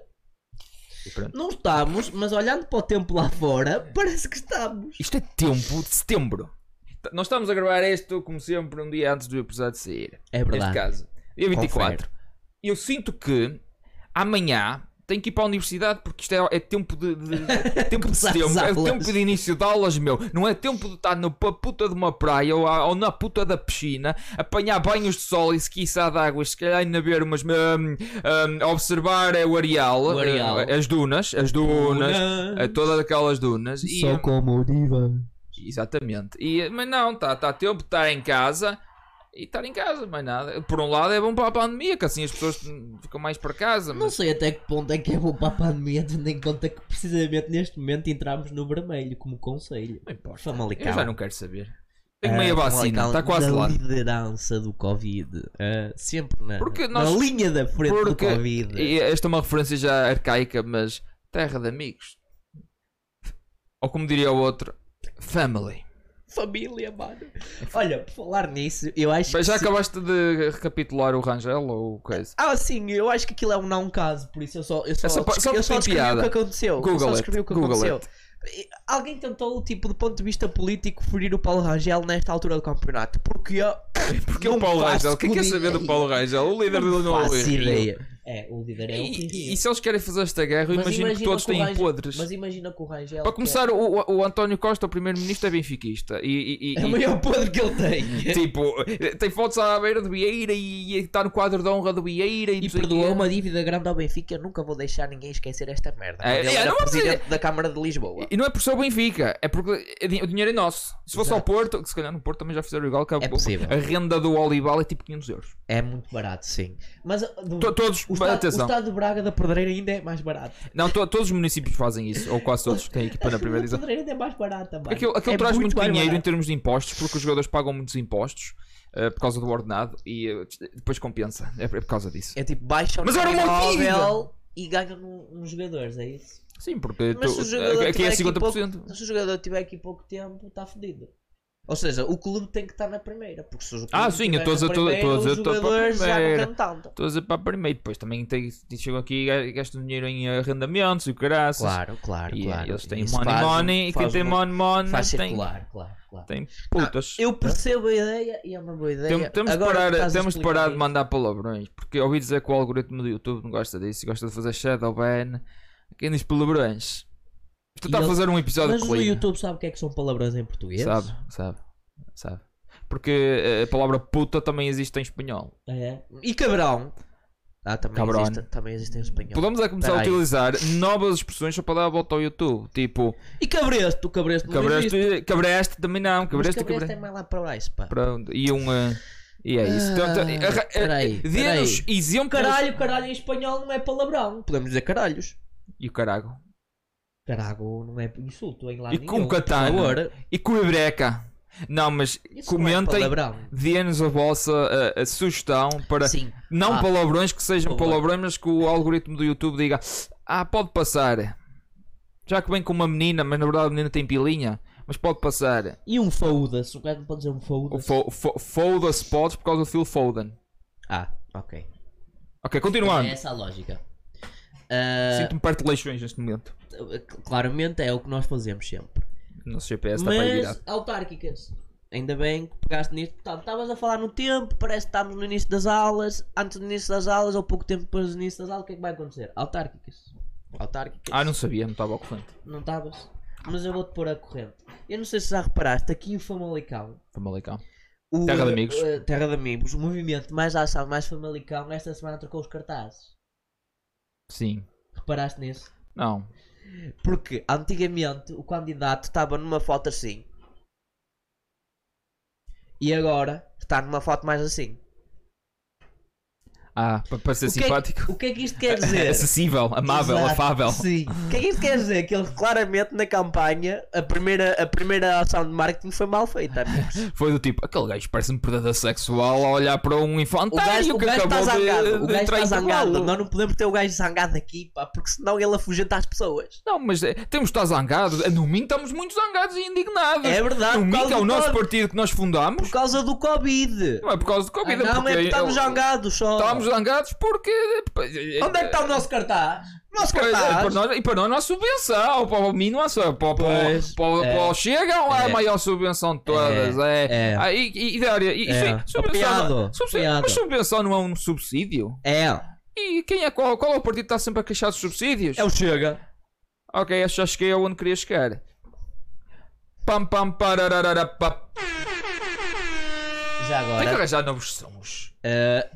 Speaker 1: E pronto.
Speaker 2: Não estamos, mas olhando para o tempo lá fora, parece que estamos.
Speaker 1: Isto é tempo de setembro. T- Tá, Nós estamos a gravar isto, como sempre, um dia antes do episódio sair.
Speaker 2: É
Speaker 1: Neste
Speaker 2: verdade.
Speaker 1: caso, dia 24. Eu sinto que amanhã tenho que ir para a universidade porque isto é, é tempo de, *laughs* de- é tempo de
Speaker 2: Começar as
Speaker 1: setembro, é
Speaker 2: aulas.
Speaker 1: tempo de início de aulas, meu. Não é tempo de estar na pa- puta de uma praia ou, à- ou na puta da piscina, apanhar banhos de sol e esquiçar de águas, se calhar ainda ver umas. hum, hum, observar é o areal,
Speaker 2: O areal.
Speaker 1: eh, as dunas, as dunas, eh, todas aquelas dunas. E, hum,
Speaker 2: como o Diva.
Speaker 1: Exatamente. E, mas não, está tá tempo de estar em casa e estar em casa, mais nada. Por um lado é bom para a pandemia, que assim as pessoas hum, ficam mais para casa.
Speaker 2: Não
Speaker 1: Mas...
Speaker 2: sei até que ponto é que é bom para a pandemia, tendo em conta que precisamente neste momento entramos no vermelho como conselho.
Speaker 1: Não importa.
Speaker 2: Famalicão.
Speaker 1: Eu já não quero saber. Tenho
Speaker 2: Ah,
Speaker 1: meia vacina,
Speaker 2: Famalicão,
Speaker 1: está quase
Speaker 2: na
Speaker 1: lá.
Speaker 2: liderança do Covid. ah, sempre na,
Speaker 1: Porque
Speaker 2: na
Speaker 1: nós-
Speaker 2: linha da frente
Speaker 1: porque-
Speaker 2: do Covid.
Speaker 1: E esta é uma referência já arcaica, mas terra de amigos. Ou como diria o outro, family.
Speaker 2: Família, mano. Olha, por falar nisso, eu acho
Speaker 1: Mas já
Speaker 2: que. se-
Speaker 1: acabaste de recapitular o Rangel ou coisa?
Speaker 2: Ah, sim, eu acho que aquilo é um não caso, por isso eu só, eu só,
Speaker 1: É só pa-
Speaker 2: descre-
Speaker 1: só porque
Speaker 2: eu só
Speaker 1: tem
Speaker 2: descrevi
Speaker 1: piada.
Speaker 2: o que aconteceu. eu só
Speaker 1: Google
Speaker 2: descrevi
Speaker 1: it,
Speaker 2: o que
Speaker 1: Google
Speaker 2: aconteceu.
Speaker 1: it.
Speaker 2: E Alguém tentou, tipo, do ponto de vista político, ferir o Paulo Rangel nesta altura do campeonato. Porque eu.
Speaker 1: *laughs* Porque
Speaker 2: não
Speaker 1: o Paulo
Speaker 2: faço
Speaker 1: Rangel, quem quer é saber do
Speaker 2: ideia.
Speaker 1: Paulo Rangel? O líder do
Speaker 2: Não
Speaker 1: Novo
Speaker 2: faço
Speaker 1: Rio.
Speaker 2: ideia. É, o líder é o Rui
Speaker 1: E,
Speaker 2: Rio.
Speaker 1: e- e se eles querem fazer esta guerra, eu
Speaker 2: Mas
Speaker 1: imagino que
Speaker 2: imagina
Speaker 1: todos
Speaker 2: que o
Speaker 1: têm
Speaker 2: Rangel-
Speaker 1: podres.
Speaker 2: Mas imagina que o Rangel.
Speaker 1: Para
Speaker 2: quer-
Speaker 1: começar, o, o, o António Costa, o primeiro-ministro, é benfiquista. E, e- e-
Speaker 2: É o
Speaker 1: e-
Speaker 2: maior podre que ele *laughs* tem.
Speaker 1: tipo, tem fotos à beira do Vieira e, e está no quadro de honra do Vieira. E,
Speaker 2: E
Speaker 1: não sei o
Speaker 2: perdoou
Speaker 1: quê.
Speaker 2: uma dívida grande ao Benfica. Eu nunca vou deixar ninguém esquecer esta merda.
Speaker 1: É,
Speaker 2: Quando ele
Speaker 1: é,
Speaker 2: era
Speaker 1: não vamos
Speaker 2: presidente da Câmara de Lisboa.
Speaker 1: E não é por ser o Benfica, é porque é di- o dinheiro é nosso. Se fosse ao
Speaker 2: Exato.
Speaker 1: Porto, que se calhar no Porto também já fizeram igual, que a,
Speaker 2: É possível.
Speaker 1: a renda do Olival é tipo 500 euros.
Speaker 2: É muito barato, sim. Mas ah, do-
Speaker 1: To- todos,
Speaker 2: o, estado, o
Speaker 1: atenção,
Speaker 2: estado de Braga da Pedreira ainda é mais barato.
Speaker 1: não, to- todos os municípios fazem isso, ou quase todos que têm equipa
Speaker 2: *laughs*
Speaker 1: na primeira
Speaker 2: da
Speaker 1: divisão.
Speaker 2: Pedreira ainda é mais barata, mano.
Speaker 1: Aquilo, aquilo
Speaker 2: É
Speaker 1: traz muito,
Speaker 2: mais
Speaker 1: dinheiro então- em
Speaker 2: barato.
Speaker 1: termos de impostos, porque os jogadores pagam muitos impostos eh, por causa do ordenado e eh, depois compensa. É por é por causa disso.
Speaker 2: É tipo, baixa o
Speaker 1: Mas era uma
Speaker 2: imóvel e ganha num- nos jogadores, é isso?
Speaker 1: Sim, porque
Speaker 2: Mas
Speaker 1: tu-
Speaker 2: se o jogador
Speaker 1: aqui é
Speaker 2: tiver aqui
Speaker 1: 50%.
Speaker 2: Mas se o jogador tiver aqui pouco tempo, está fedido. Ou seja, o clube tem que estar na primeira, porque se o clube
Speaker 1: Ah, sim, eu
Speaker 2: estiver
Speaker 1: tô a dizer- tô-
Speaker 2: na
Speaker 1: tô a
Speaker 2: primeira,
Speaker 1: dizer-
Speaker 2: os
Speaker 1: tô para a
Speaker 2: jogadores já não
Speaker 1: primeira.
Speaker 2: têm tanto.
Speaker 1: Estou a dizer para primeiro, depois também tem, chegam aqui e gastam dinheiro em eh, arrendamentos e o caraças.
Speaker 2: Claro, claro,
Speaker 1: E, eh,
Speaker 2: claro.
Speaker 1: Eles têm
Speaker 2: Isso
Speaker 1: money
Speaker 2: faz- um
Speaker 1: money e quem
Speaker 2: faz
Speaker 1: tem
Speaker 2: muito-
Speaker 1: money money
Speaker 2: Faz
Speaker 1: tem,
Speaker 2: circular, claro, claro.
Speaker 1: tem putas.
Speaker 2: Eu percebo a ideia e é uma boa ideia.
Speaker 1: Tem- temos de
Speaker 2: Agora que
Speaker 1: parar,
Speaker 2: estás a
Speaker 1: temos de,
Speaker 2: explicar
Speaker 1: parar de
Speaker 2: isso.
Speaker 1: mandar palavrões, porque ouvi dizer que o algoritmo do YouTube não gosta disso, gosta de fazer shadowban. Quem diz palavrões? Tu
Speaker 2: E
Speaker 1: está a
Speaker 2: ele-
Speaker 1: fazer um episódio
Speaker 2: Mas
Speaker 1: de
Speaker 2: o
Speaker 1: corrida.
Speaker 2: YouTube sabe o que é que são palavrões em português?
Speaker 1: Sabe, sabe, sabe. Porque eh, a palavra puta também existe em espanhol.
Speaker 2: É. E cabrão. Ah, também,
Speaker 1: Cabrão.
Speaker 2: Existe, também existe em espanhol.
Speaker 1: Podemos é começar
Speaker 2: Peraí.
Speaker 1: a utilizar novas expressões só para dar a volta ao YouTube. Tipo,
Speaker 2: E cabresto, o cabresto não
Speaker 1: cabreste,
Speaker 2: existe.
Speaker 1: cabreste também não, cabreste,
Speaker 2: Mas cabresto é
Speaker 1: cabreste.
Speaker 2: mais lá para baixo, pá.
Speaker 1: Pronto, e um. eh, E é isso. Então, então,
Speaker 2: Ah,
Speaker 1: eh, arra- eh,
Speaker 2: peraí,
Speaker 1: Dê-nos exemplos.
Speaker 2: Caralho, caralho em espanhol não é palavrão. Podemos dizer caralhos.
Speaker 1: E o carago.
Speaker 2: Carago não é insulto em lá
Speaker 1: E
Speaker 2: nenhum.
Speaker 1: com
Speaker 2: por
Speaker 1: catano.
Speaker 2: favor.
Speaker 1: E coibreca. Não, mas
Speaker 2: Isso
Speaker 1: comentem.
Speaker 2: Não é palavrão.
Speaker 1: Dê-nos a vossa eh, a sugestão para
Speaker 2: Sim.
Speaker 1: não
Speaker 2: Ah,
Speaker 1: palavrões que sejam
Speaker 2: por favor.
Speaker 1: palavrões, mas que o algoritmo do YouTube diga: Ah, pode passar. Já que vem com uma menina, mas na verdade a menina tem pilinha, mas pode passar.
Speaker 2: E um fauda-se. O gajo não pode dizer um
Speaker 1: O
Speaker 2: fauda
Speaker 1: fo- fo- Foda-se podes por causa do Phil Foden.
Speaker 2: Ah, ok.
Speaker 1: Ok,
Speaker 2: É
Speaker 1: continuando.
Speaker 2: essa a lógica. Ah,
Speaker 1: Sinto-me perto de leixões neste momento.
Speaker 2: claramente é o que nós fazemos sempre.
Speaker 1: O nosso GPS está tá para ir virado.
Speaker 2: Mas autárquicas. Ainda bem que pegaste nisto. Portanto, estavas a falar no tempo, parece que estávamos no início das aulas. Antes do início das aulas, ou pouco tempo depois do início das aulas, o que é que vai acontecer? Autárquicas. Autárquicas.
Speaker 1: Ah, não sabia, não estava ao corrente.
Speaker 2: Não estavas? Mas eu vou-te pôr a corrente. Eu não sei se já reparaste, aqui o Famalicão.
Speaker 1: Famalicão.
Speaker 2: o-
Speaker 1: Terra de Amigos.
Speaker 2: eh, Terra de Amigos, o movimento mais ação, mais Famalicão, esta semana trocou os cartazes.
Speaker 1: Sim.
Speaker 2: Reparaste nisso?
Speaker 1: Não.
Speaker 2: Porque antigamente o candidato estava numa foto assim. E agora está numa foto mais assim.
Speaker 1: Ah, pa- para ser
Speaker 2: O que é que-
Speaker 1: simpático.
Speaker 2: O que é que isto quer
Speaker 1: *laughs*
Speaker 2: dizer?
Speaker 1: Acessível, amável,
Speaker 2: Exato,
Speaker 1: afável.
Speaker 2: Sim. O que é que isto quer dizer? Que ele claramente na campanha a primeira, a primeira ação de marketing foi mal feita,
Speaker 1: *laughs*
Speaker 2: amigos.
Speaker 1: Foi do tipo, aquele gajo parece um predador sexual a olhar para um
Speaker 2: O
Speaker 1: infantário
Speaker 2: gajo, o
Speaker 1: que
Speaker 2: gajo está
Speaker 1: acabou
Speaker 2: zangado.
Speaker 1: de,
Speaker 2: o
Speaker 1: de
Speaker 2: gajo
Speaker 1: entrar
Speaker 2: está
Speaker 1: em
Speaker 2: zangado.
Speaker 1: cavalo.
Speaker 2: Nós não podemos ter o gajo zangado aqui, pá, porque senão ele afugenta as pessoas.
Speaker 1: Não, mas eh, temos de estar zangados. Eh, No mínimo estamos muito zangados e indignados.
Speaker 2: É verdade.
Speaker 1: no
Speaker 2: por
Speaker 1: mínimo
Speaker 2: causa
Speaker 1: é o
Speaker 2: do
Speaker 1: nosso
Speaker 2: Covid.
Speaker 1: partido que nós
Speaker 2: Por
Speaker 1: fundamos.
Speaker 2: causa do Covid.
Speaker 1: Não é por causa de Covid.
Speaker 2: Ah, não,
Speaker 1: porque
Speaker 2: é porque estamos
Speaker 1: eu-
Speaker 2: zangados só.
Speaker 1: Estamos zangados porque. eh,
Speaker 2: Onde é que está o nosso cartaz? O nosso
Speaker 1: Pois, e para
Speaker 2: cartaz.
Speaker 1: nós, e para nós não há subvenção, para o mínimo há só- para, para,
Speaker 2: Pois,
Speaker 1: para,
Speaker 2: é.
Speaker 1: para o Chega não há a
Speaker 2: É.
Speaker 1: maior subvenção de todas. É,
Speaker 2: é.
Speaker 1: Ah, e, e, e, e, e
Speaker 2: É.
Speaker 1: sim, subvenção,
Speaker 2: Apoiado,
Speaker 1: subsídio-
Speaker 2: apoiado.
Speaker 1: Mas subvenção não é um subsídio?
Speaker 2: É.
Speaker 1: E quem é qual? Qual é o partido que está sempre a queixar dos subsídios?
Speaker 2: É o Chega.
Speaker 1: Ok, acho que já cheguei aonde queria chegar. Pam pam pararara pam.
Speaker 2: Já
Speaker 1: Tem que
Speaker 2: agora.
Speaker 1: arranjar novos sons.
Speaker 2: ah,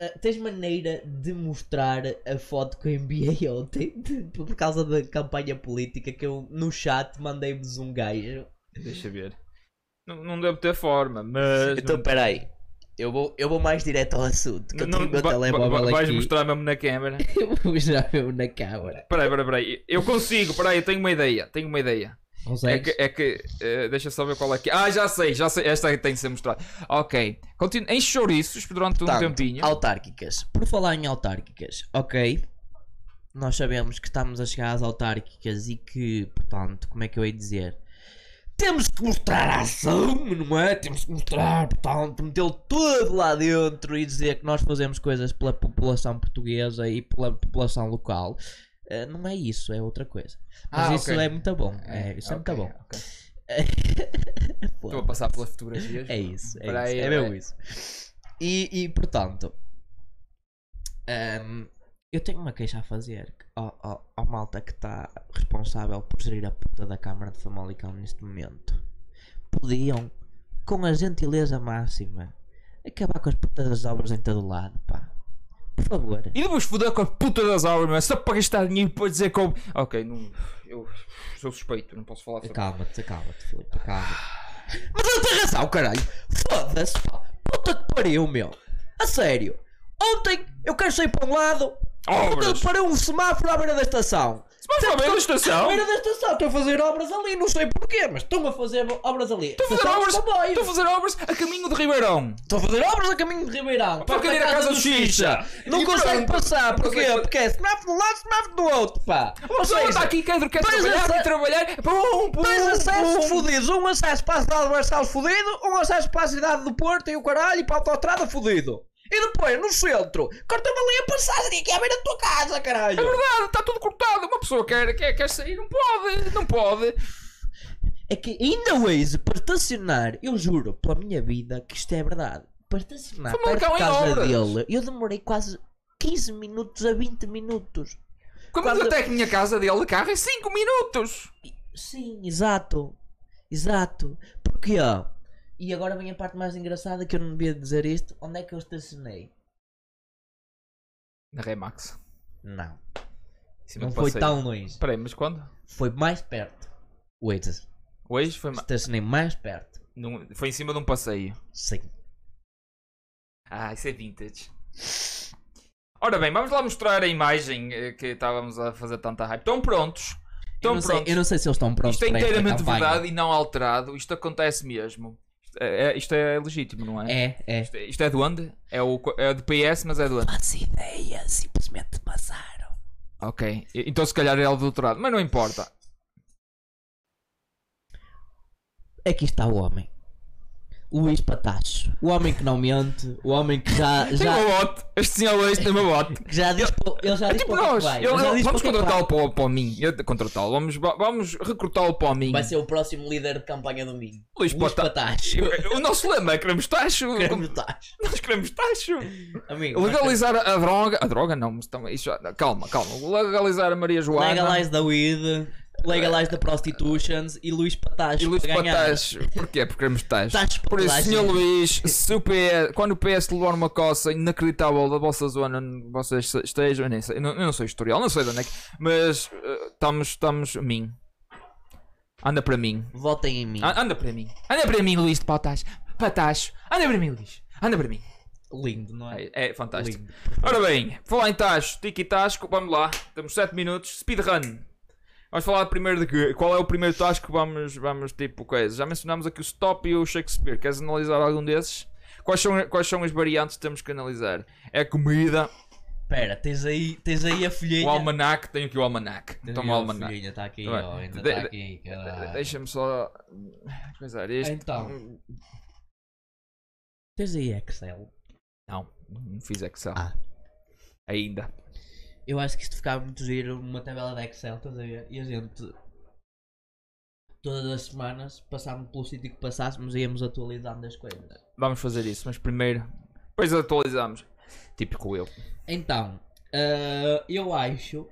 Speaker 2: eh, tens maneira de mostrar a foto que eu enviei *laughs* ontem de- por causa da campanha política que eu no chat mandei-vos um gajo.
Speaker 1: Deixa ver. Não, não deve ter forma, mas.
Speaker 2: Então peraí. Eu vou, eu vou mais direto ao assunto. Que eu tenho o meu
Speaker 1: vai-
Speaker 2: telemóvel
Speaker 1: vai- vais
Speaker 2: aqui.
Speaker 1: mostrar mesmo na câmera.
Speaker 2: Eu *laughs* vou já mesmo na câmara.
Speaker 1: Peraí, peraí, peraí. Eu consigo, peraí, eu tenho uma ideia. Tenho uma ideia. É
Speaker 2: Consegues?
Speaker 1: que, é que eh, deixa só ver qual é que Ah, já sei, já sei. Esta é que tem de ser mostrada. Ok. Continu... Em chouriços durante um
Speaker 2: Portanto,
Speaker 1: tempinho.
Speaker 2: Autárquicas. Por falar em autárquicas, ok. Nós sabemos que estamos a chegar às autárquicas e que, portanto, como é que eu hei de dizer? Temos que mostrar a ação, não é? Temos que mostrar, portanto, metê-lo tudo lá dentro e dizer que nós fazemos coisas pela população portuguesa e pela população local. Eh, não é isso, é outra coisa. Mas
Speaker 1: Ah,
Speaker 2: isso
Speaker 1: ok.
Speaker 2: é muito bom. É, isso é
Speaker 1: ok,
Speaker 2: muito bom.
Speaker 1: ok. Estou a passar pelas fotografias.
Speaker 2: É isso, é,
Speaker 1: Peraí,
Speaker 2: isso, é
Speaker 1: é-
Speaker 2: mesmo isso. E, e, portanto, ahm, eu tenho uma queixa a fazer ao, ao- ao malta que está responsável por gerir a puta da Câmara de Famalicão neste momento. Podiam, com a gentileza máxima, acabar com as putas das obras em todo lado, pá. Por favor.
Speaker 1: E depois foder com a puta das obras, meu. Só para gastar dinheiro para dizer como. Ok, não. Eu sou suspeito, não posso falar sobre
Speaker 2: Acalma-te, acalma-te, Filipe, acalma-te. Ah, Mas ele tem razão, caralho! Foda-se, pá! Puta que pariu, meu! A sério! Ontem eu quero sair para um lado,
Speaker 1: obras.
Speaker 2: eu
Speaker 1: Se
Speaker 2: parei um semáforo à beira da estação!
Speaker 1: vais para a beira da estação.
Speaker 2: À beira da estação, estou a fazer obras ali, não sei porquê, mas estou-me a fazer obras ali.
Speaker 1: Estou a fazer
Speaker 2: Estação
Speaker 1: obras.
Speaker 2: de comboio.
Speaker 1: Estou a fazer obras a caminho de Ribeirão.
Speaker 2: Estou a fazer obras a caminho de Ribeirão!
Speaker 1: Estou a
Speaker 2: perto da
Speaker 1: querer a casa do Xixa.
Speaker 2: Não
Speaker 1: E
Speaker 2: consegue
Speaker 1: pronto.
Speaker 2: passar,
Speaker 1: Não
Speaker 2: porquê?
Speaker 1: consegue-
Speaker 2: Porque é semáforo de um lado, semáforo do outro, pá! Ou
Speaker 1: Mas ela
Speaker 2: seja,
Speaker 1: está aqui, Pedro, quer
Speaker 2: dois
Speaker 1: trabalhar,
Speaker 2: ace-
Speaker 1: quer trabalhar. Pum, pum,
Speaker 2: Dois acessos
Speaker 1: pum.
Speaker 2: fodidos, um acesso para a cidade de Barcelos fodido, um acesso para a cidade do Porto e o caralho e para a autostrada fodido. E depois, no centro, corta-me ali a passagem aqui à beira da tua casa, caralho.
Speaker 1: É verdade, está tudo cortado. Uma pessoa quer, quer, quer sair, não pode, não pode.
Speaker 2: É que ainda hoje, para estacionar, eu juro pela minha vida que isto é verdade. Para estacionar
Speaker 1: Famalicão
Speaker 2: perto de
Speaker 1: em
Speaker 2: casa
Speaker 1: obras.
Speaker 2: dele, eu demorei quase 15 minutos a 20 minutos.
Speaker 1: Quando,
Speaker 2: Quando-
Speaker 1: até a minha casa dele de carro é 5 minutos.
Speaker 2: Sim, exato. Exato. Porque, ó. E agora vem a parte mais engraçada que eu não devia dizer isto. Onde é que eu estacionei?
Speaker 1: Na Remax.
Speaker 2: Não.
Speaker 1: Em cima
Speaker 2: Não
Speaker 1: do
Speaker 2: foi
Speaker 1: passeio.
Speaker 2: tão longe.
Speaker 1: Espera aí, mas quando?
Speaker 2: Foi mais perto. Wait,
Speaker 1: Hoje foi, ma-
Speaker 2: estacionei mais perto.
Speaker 1: num- foi em cima de um passeio.
Speaker 2: Sim.
Speaker 1: Ah, isso é vintage. Ora bem, vamos lá mostrar a imagem eh, que estávamos a fazer tanta hype. Estão prontos?
Speaker 2: Eu
Speaker 1: Estão
Speaker 2: não, sei,
Speaker 1: prontos?
Speaker 2: eu não sei se eles estão prontos
Speaker 1: Então Isto é
Speaker 2: para esta
Speaker 1: inteiramente
Speaker 2: campanha.
Speaker 1: verdade e não alterado. Isto acontece mesmo. Isto é, é- isto é legítimo, não é?
Speaker 2: É, é.
Speaker 1: Isto, é- isto é do onde? É, o, co- é do PS, mas é do onde?
Speaker 2: Faço ideia, simplesmente passaram.
Speaker 1: Ok. E- Então se calhar é adulterado, mas não importa.
Speaker 2: Aqui está o homem. Luís Patacho. O homem que não mente, o homem
Speaker 1: *laughs*
Speaker 2: que já.
Speaker 1: Tem
Speaker 2: já...
Speaker 1: uma bote. Este senhor hoje tem uma bote.
Speaker 2: que Já diz, po- ele já
Speaker 1: Tipo, É
Speaker 2: diz
Speaker 1: tipo
Speaker 2: para o que
Speaker 1: nós.
Speaker 2: vai.
Speaker 1: Ele-
Speaker 2: Ele já
Speaker 1: ele-
Speaker 2: diz
Speaker 1: vamos
Speaker 2: para o que é que vai.
Speaker 1: contratá-lo para, o- para o Minho. Eu- Contratá-lo. Vamos, va- vamos recrutá-lo para o Minho.
Speaker 2: Vai ser o próximo líder de campanha do domingo.
Speaker 1: Luís Pata-
Speaker 2: Patacho.
Speaker 1: O nosso lema é queremos tacho.
Speaker 2: Queremos tacho.
Speaker 1: Nós queremos tacho.
Speaker 2: Amigo, nós
Speaker 1: Legalizar a a droga. A droga não, mas também. isso já- Calma, calma. Legalizar a Maria Joana.
Speaker 2: Legalize the weed, legalize the prostitutions e Luís Patacho.
Speaker 1: E Luís
Speaker 2: para
Speaker 1: para
Speaker 2: ganhar.
Speaker 1: tacho. Porquê? Porque queremos tacho.
Speaker 2: Tacho para
Speaker 1: Por
Speaker 2: toda a
Speaker 1: isso, senhor
Speaker 2: gente.
Speaker 1: Luís, se o PS, quando o PS levar uma coça inacreditável da vossa zona onde vocês se- estejam, eu nem sei, eu não, eu não sou historial, não sei de onde é que. Mas eh, estamos, estamos a mim. Anda para mim.
Speaker 2: Votem em mim.
Speaker 1: A- Anda para mim. Anda para mim, Luís de Patacho. Patacho. Anda para mim, Luís. Anda para mim.
Speaker 2: Lindo, não é?
Speaker 1: É, é fantástico.
Speaker 2: Lindo.
Speaker 1: Ora bem, falar em Tacho, Tiki Tasco, vamos lá. Temos 7 minutos. Speedrun. Vamos falar primeiro de que, qual é o primeiro Tasco que vamos, vamos tipo coisa. Já mencionámos aqui o Stop e o Shakespeare. Queres analisar algum desses? Quais são, quais são as variantes que temos que analisar? É comida,
Speaker 2: Espera, tens aí, tens aí a folhinha.
Speaker 1: o almanac, tenho aqui o almanac.
Speaker 2: Tens
Speaker 1: Então
Speaker 2: aí
Speaker 1: o
Speaker 2: a
Speaker 1: almanac.
Speaker 2: folhinha, está aqui,
Speaker 1: Não é?
Speaker 2: ó, ainda
Speaker 1: De-
Speaker 2: está
Speaker 1: de-
Speaker 2: aqui. caralho.
Speaker 1: Deixa-me só coisar isto.
Speaker 2: Então. Tens aí Excel.
Speaker 1: Não, não fiz Excel.
Speaker 2: Ah.
Speaker 1: Ainda.
Speaker 2: Eu acho que isto ficava muito giro uma tabela de Excel, estás a ver? E a gente. Todas as semanas passámos pelo sítio que passássemos e íamos atualizando as coisas.
Speaker 1: Vamos fazer isso, mas primeiro. Depois atualizamos. Típico eu.
Speaker 2: Então, ah, eu acho.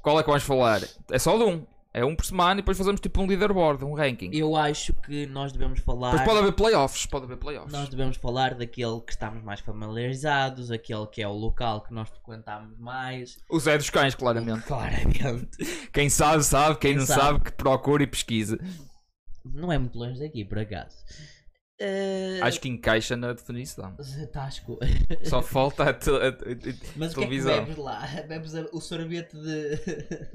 Speaker 1: Qual é que vamos falar? É só de um. É um por semana e depois fazemos tipo um leaderboard, um ranking.
Speaker 2: Eu acho que nós devemos falar.
Speaker 1: Depois pode haver playoffs, pode haver playoffs.
Speaker 2: Nós devemos falar daquele que estamos mais familiarizados, aquele que é o local que nós frequentamos mais.
Speaker 1: O Zé dos Cães, claramente.
Speaker 2: Claramente.
Speaker 1: Quem sabe, sabe. Quem,
Speaker 2: Quem
Speaker 1: não
Speaker 2: sabe.
Speaker 1: sabe. que procura e pesquisa.
Speaker 2: Não é muito longe daqui, por acaso. Eh,
Speaker 1: Acho que encaixa na definição.
Speaker 2: que. Tasco.
Speaker 1: Só falta a, te- a- a-
Speaker 2: *laughs* Mas o que é que
Speaker 1: Televisão.
Speaker 2: bebes lá? *laughs* Bebes a- o sorvete de,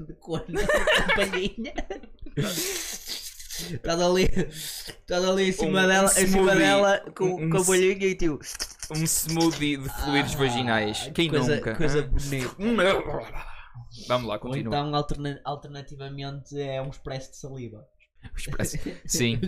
Speaker 2: *laughs* de corno com palhinha? *laughs* Estás ali, estás ali em cima
Speaker 1: Um- um
Speaker 2: dela, em cima
Speaker 1: smoothie.
Speaker 2: dela com,
Speaker 1: Um- um
Speaker 2: com a
Speaker 1: s-
Speaker 2: palhinha e tio.
Speaker 1: um smoothie de fluidos
Speaker 2: Ah,
Speaker 1: vaginais. Quem
Speaker 2: coisa,
Speaker 1: nunca? Hum, ah,
Speaker 2: Coisa
Speaker 1: hã?
Speaker 2: bonita.
Speaker 1: Vamos lá,
Speaker 2: Ou
Speaker 1: continua.
Speaker 2: então, alterna- alternativamente, é um expresso de saliva.
Speaker 1: Expresso.
Speaker 2: *laughs*
Speaker 1: Sim.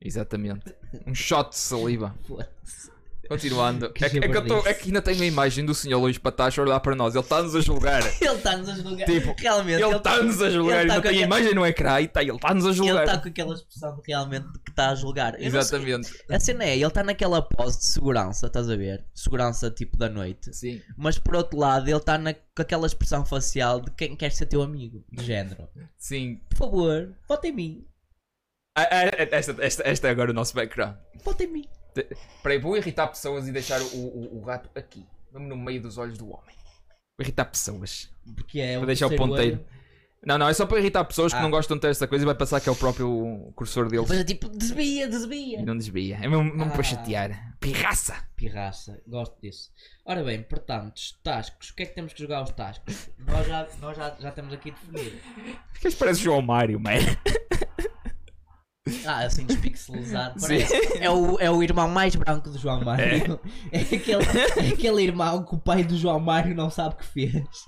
Speaker 1: Exatamente. Um shot de saliva.
Speaker 2: Foda-se.
Speaker 1: Continuando.
Speaker 2: Que
Speaker 1: é, que- é que eu tô- é que ainda tenho a imagem do senhor Luís Patacho a olhar para nós. Ele está-nos a julgar.
Speaker 2: *laughs* Ele está-nos a julgar.
Speaker 1: Tipo,
Speaker 2: realmente,
Speaker 1: Ele está-nos a julgar.
Speaker 2: ele tá
Speaker 1: Ainda
Speaker 2: com
Speaker 1: tem a
Speaker 2: aquela-
Speaker 1: imagem no ecrã e tá, ele está-nos a
Speaker 2: Ele
Speaker 1: julgar.
Speaker 2: está com aquela expressão de realmente de que está a julgar. Eu não sei-
Speaker 1: Exatamente.
Speaker 2: A cena é, ele está naquela pose de segurança, estás a ver? Segurança tipo da noite.
Speaker 1: Sim.
Speaker 2: Mas por outro lado, ele está na- com aquela expressão facial de quem quer ser teu amigo. De género.
Speaker 1: Sim.
Speaker 2: Por favor, vota em mim.
Speaker 1: Ah, ah, Esta, esta, esta é agora o nosso background.
Speaker 2: Vota em mim.
Speaker 1: Peraí, vou irritar pessoas e deixar o, o, o rato aqui, mesmo no meio dos olhos do homem. Vou irritar pessoas.
Speaker 2: Porque é
Speaker 1: Vou deixar o
Speaker 2: terceiro
Speaker 1: ponteiro.
Speaker 2: olho.
Speaker 1: Não, não, é só para irritar pessoas
Speaker 2: Ah.
Speaker 1: que não gostam de ter esta coisa e vai pensar que é o próprio cursor deles.
Speaker 2: Depois é tipo, desvia,
Speaker 1: E
Speaker 2: desvia.
Speaker 1: não desvia. É mesmo, mesmo
Speaker 2: Ah.
Speaker 1: para chatear. Pirraça!
Speaker 2: Pirraça, gosto disso. Ora bem, portanto, os tascos. O que é que temos que jogar os tascos? Nós já, nós já, já temos aqui definido.
Speaker 1: Que isto parece João Mário, man.
Speaker 2: Ah, assim despixelizado.
Speaker 1: Sim.
Speaker 2: parece. É o, é o irmão mais branco do João Mário. *laughs* É, aquele, é aquele irmão que o pai do João Mário não sabe que fez.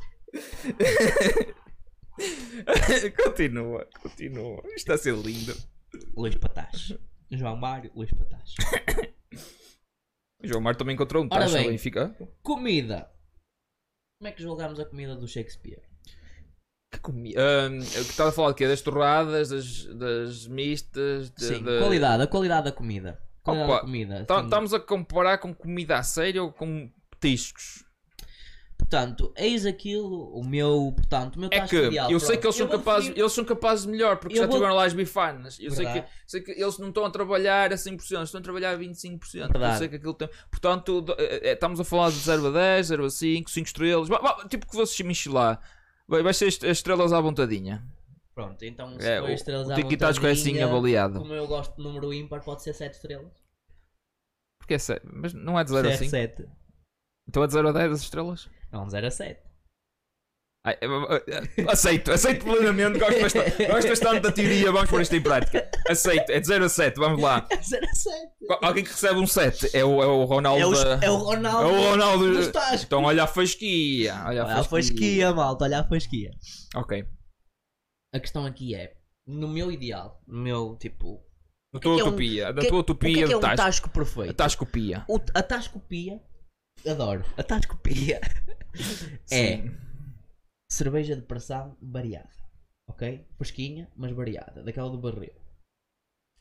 Speaker 1: *laughs* continua, continua. Isto está a ser lindo.
Speaker 2: Luís Patás. João Mário, Luís Patás.
Speaker 1: O João Mário também encontrou um
Speaker 2: Ora
Speaker 1: tacho
Speaker 2: bem.
Speaker 1: ali. Fica.
Speaker 2: Comida. Como é que julgamos a comida do Shakespeare?
Speaker 1: Que comida. Ahm, o que estava a falar de quê? Das torradas, das, das mistas, de,
Speaker 2: Sim,
Speaker 1: de-
Speaker 2: qualidade, a qualidade da comida. Qualidade
Speaker 1: Opa,
Speaker 2: da comida.
Speaker 1: Tá-
Speaker 2: assim.
Speaker 1: Estamos a comparar com comida a sério ou com petiscos?
Speaker 2: Portanto, eis aquilo, o meu, portanto, o meu
Speaker 1: É
Speaker 2: tacho
Speaker 1: que
Speaker 2: ideal,
Speaker 1: eu sei
Speaker 2: pronto.
Speaker 1: que eles são,
Speaker 2: vou
Speaker 1: capazes,
Speaker 2: definir-
Speaker 1: eles são capazes de melhor porque
Speaker 2: Eu
Speaker 1: já
Speaker 2: vou-
Speaker 1: tiveram lá as bifanas. Eu sei que,
Speaker 2: Verdade.
Speaker 1: sei que eles não estão a trabalhar a 100%, estão a trabalhar a 25%.
Speaker 2: Verdade.
Speaker 1: Eu sei que aquilo tem... Portanto, do- é- é- estamos a falar de 0 a 10, 0 a 5, 5 estrelas. Vá- vá, tipo que vocês mexem lá. Vai, vai ser est- estrelas à vontadinha.
Speaker 2: Pronto, então se
Speaker 1: É,
Speaker 2: for
Speaker 1: o
Speaker 2: estrelas à
Speaker 1: o Tiki Tasco é assim
Speaker 2: vontadinha,
Speaker 1: avaliado.
Speaker 2: Como eu gosto de número ímpar, pode ser 7 estrelas.
Speaker 1: Porque é sé- Mas não é de 0 a 5?
Speaker 2: 7.
Speaker 1: Então é de 0 a 10 as estrelas?
Speaker 2: Não, 0 a *laughs* 7.
Speaker 1: Ai, eu- eu- eu- aceito, aceito plenamente, gosto bastante, gosto bastante da teoria, vamos pôr isto em prática. Aceito, é de 0 a 7, vamos lá.
Speaker 2: 0 É um a 7.
Speaker 1: Qual- Alguém que recebe um 7 é o, é o Ronaldo.
Speaker 2: É o,
Speaker 1: da-
Speaker 2: é o Ronaldo.
Speaker 1: é o Ronaldo.
Speaker 2: dos Tascos.
Speaker 1: Então olha a fasquia. Olha
Speaker 2: Olha a
Speaker 1: a fasquia.
Speaker 2: fasquia, malta, olha a fasquia.
Speaker 1: Ok.
Speaker 2: A questão aqui é, no meu ideal, no meu tipo.
Speaker 1: Da
Speaker 2: é
Speaker 1: tua
Speaker 2: que é um-
Speaker 1: utopia, da
Speaker 2: que-
Speaker 1: tua
Speaker 2: O que
Speaker 1: utopia
Speaker 2: é, que é
Speaker 1: de
Speaker 2: um
Speaker 1: Tasco.
Speaker 2: tasco perfeito?
Speaker 1: A Tascopia.
Speaker 2: O, a tascopia, adoro. A
Speaker 1: *laughs*
Speaker 2: tascopia é
Speaker 1: Sim.
Speaker 2: cerveja de pressão variada. Ok? Fresquinha, mas variada. Daquela do barril.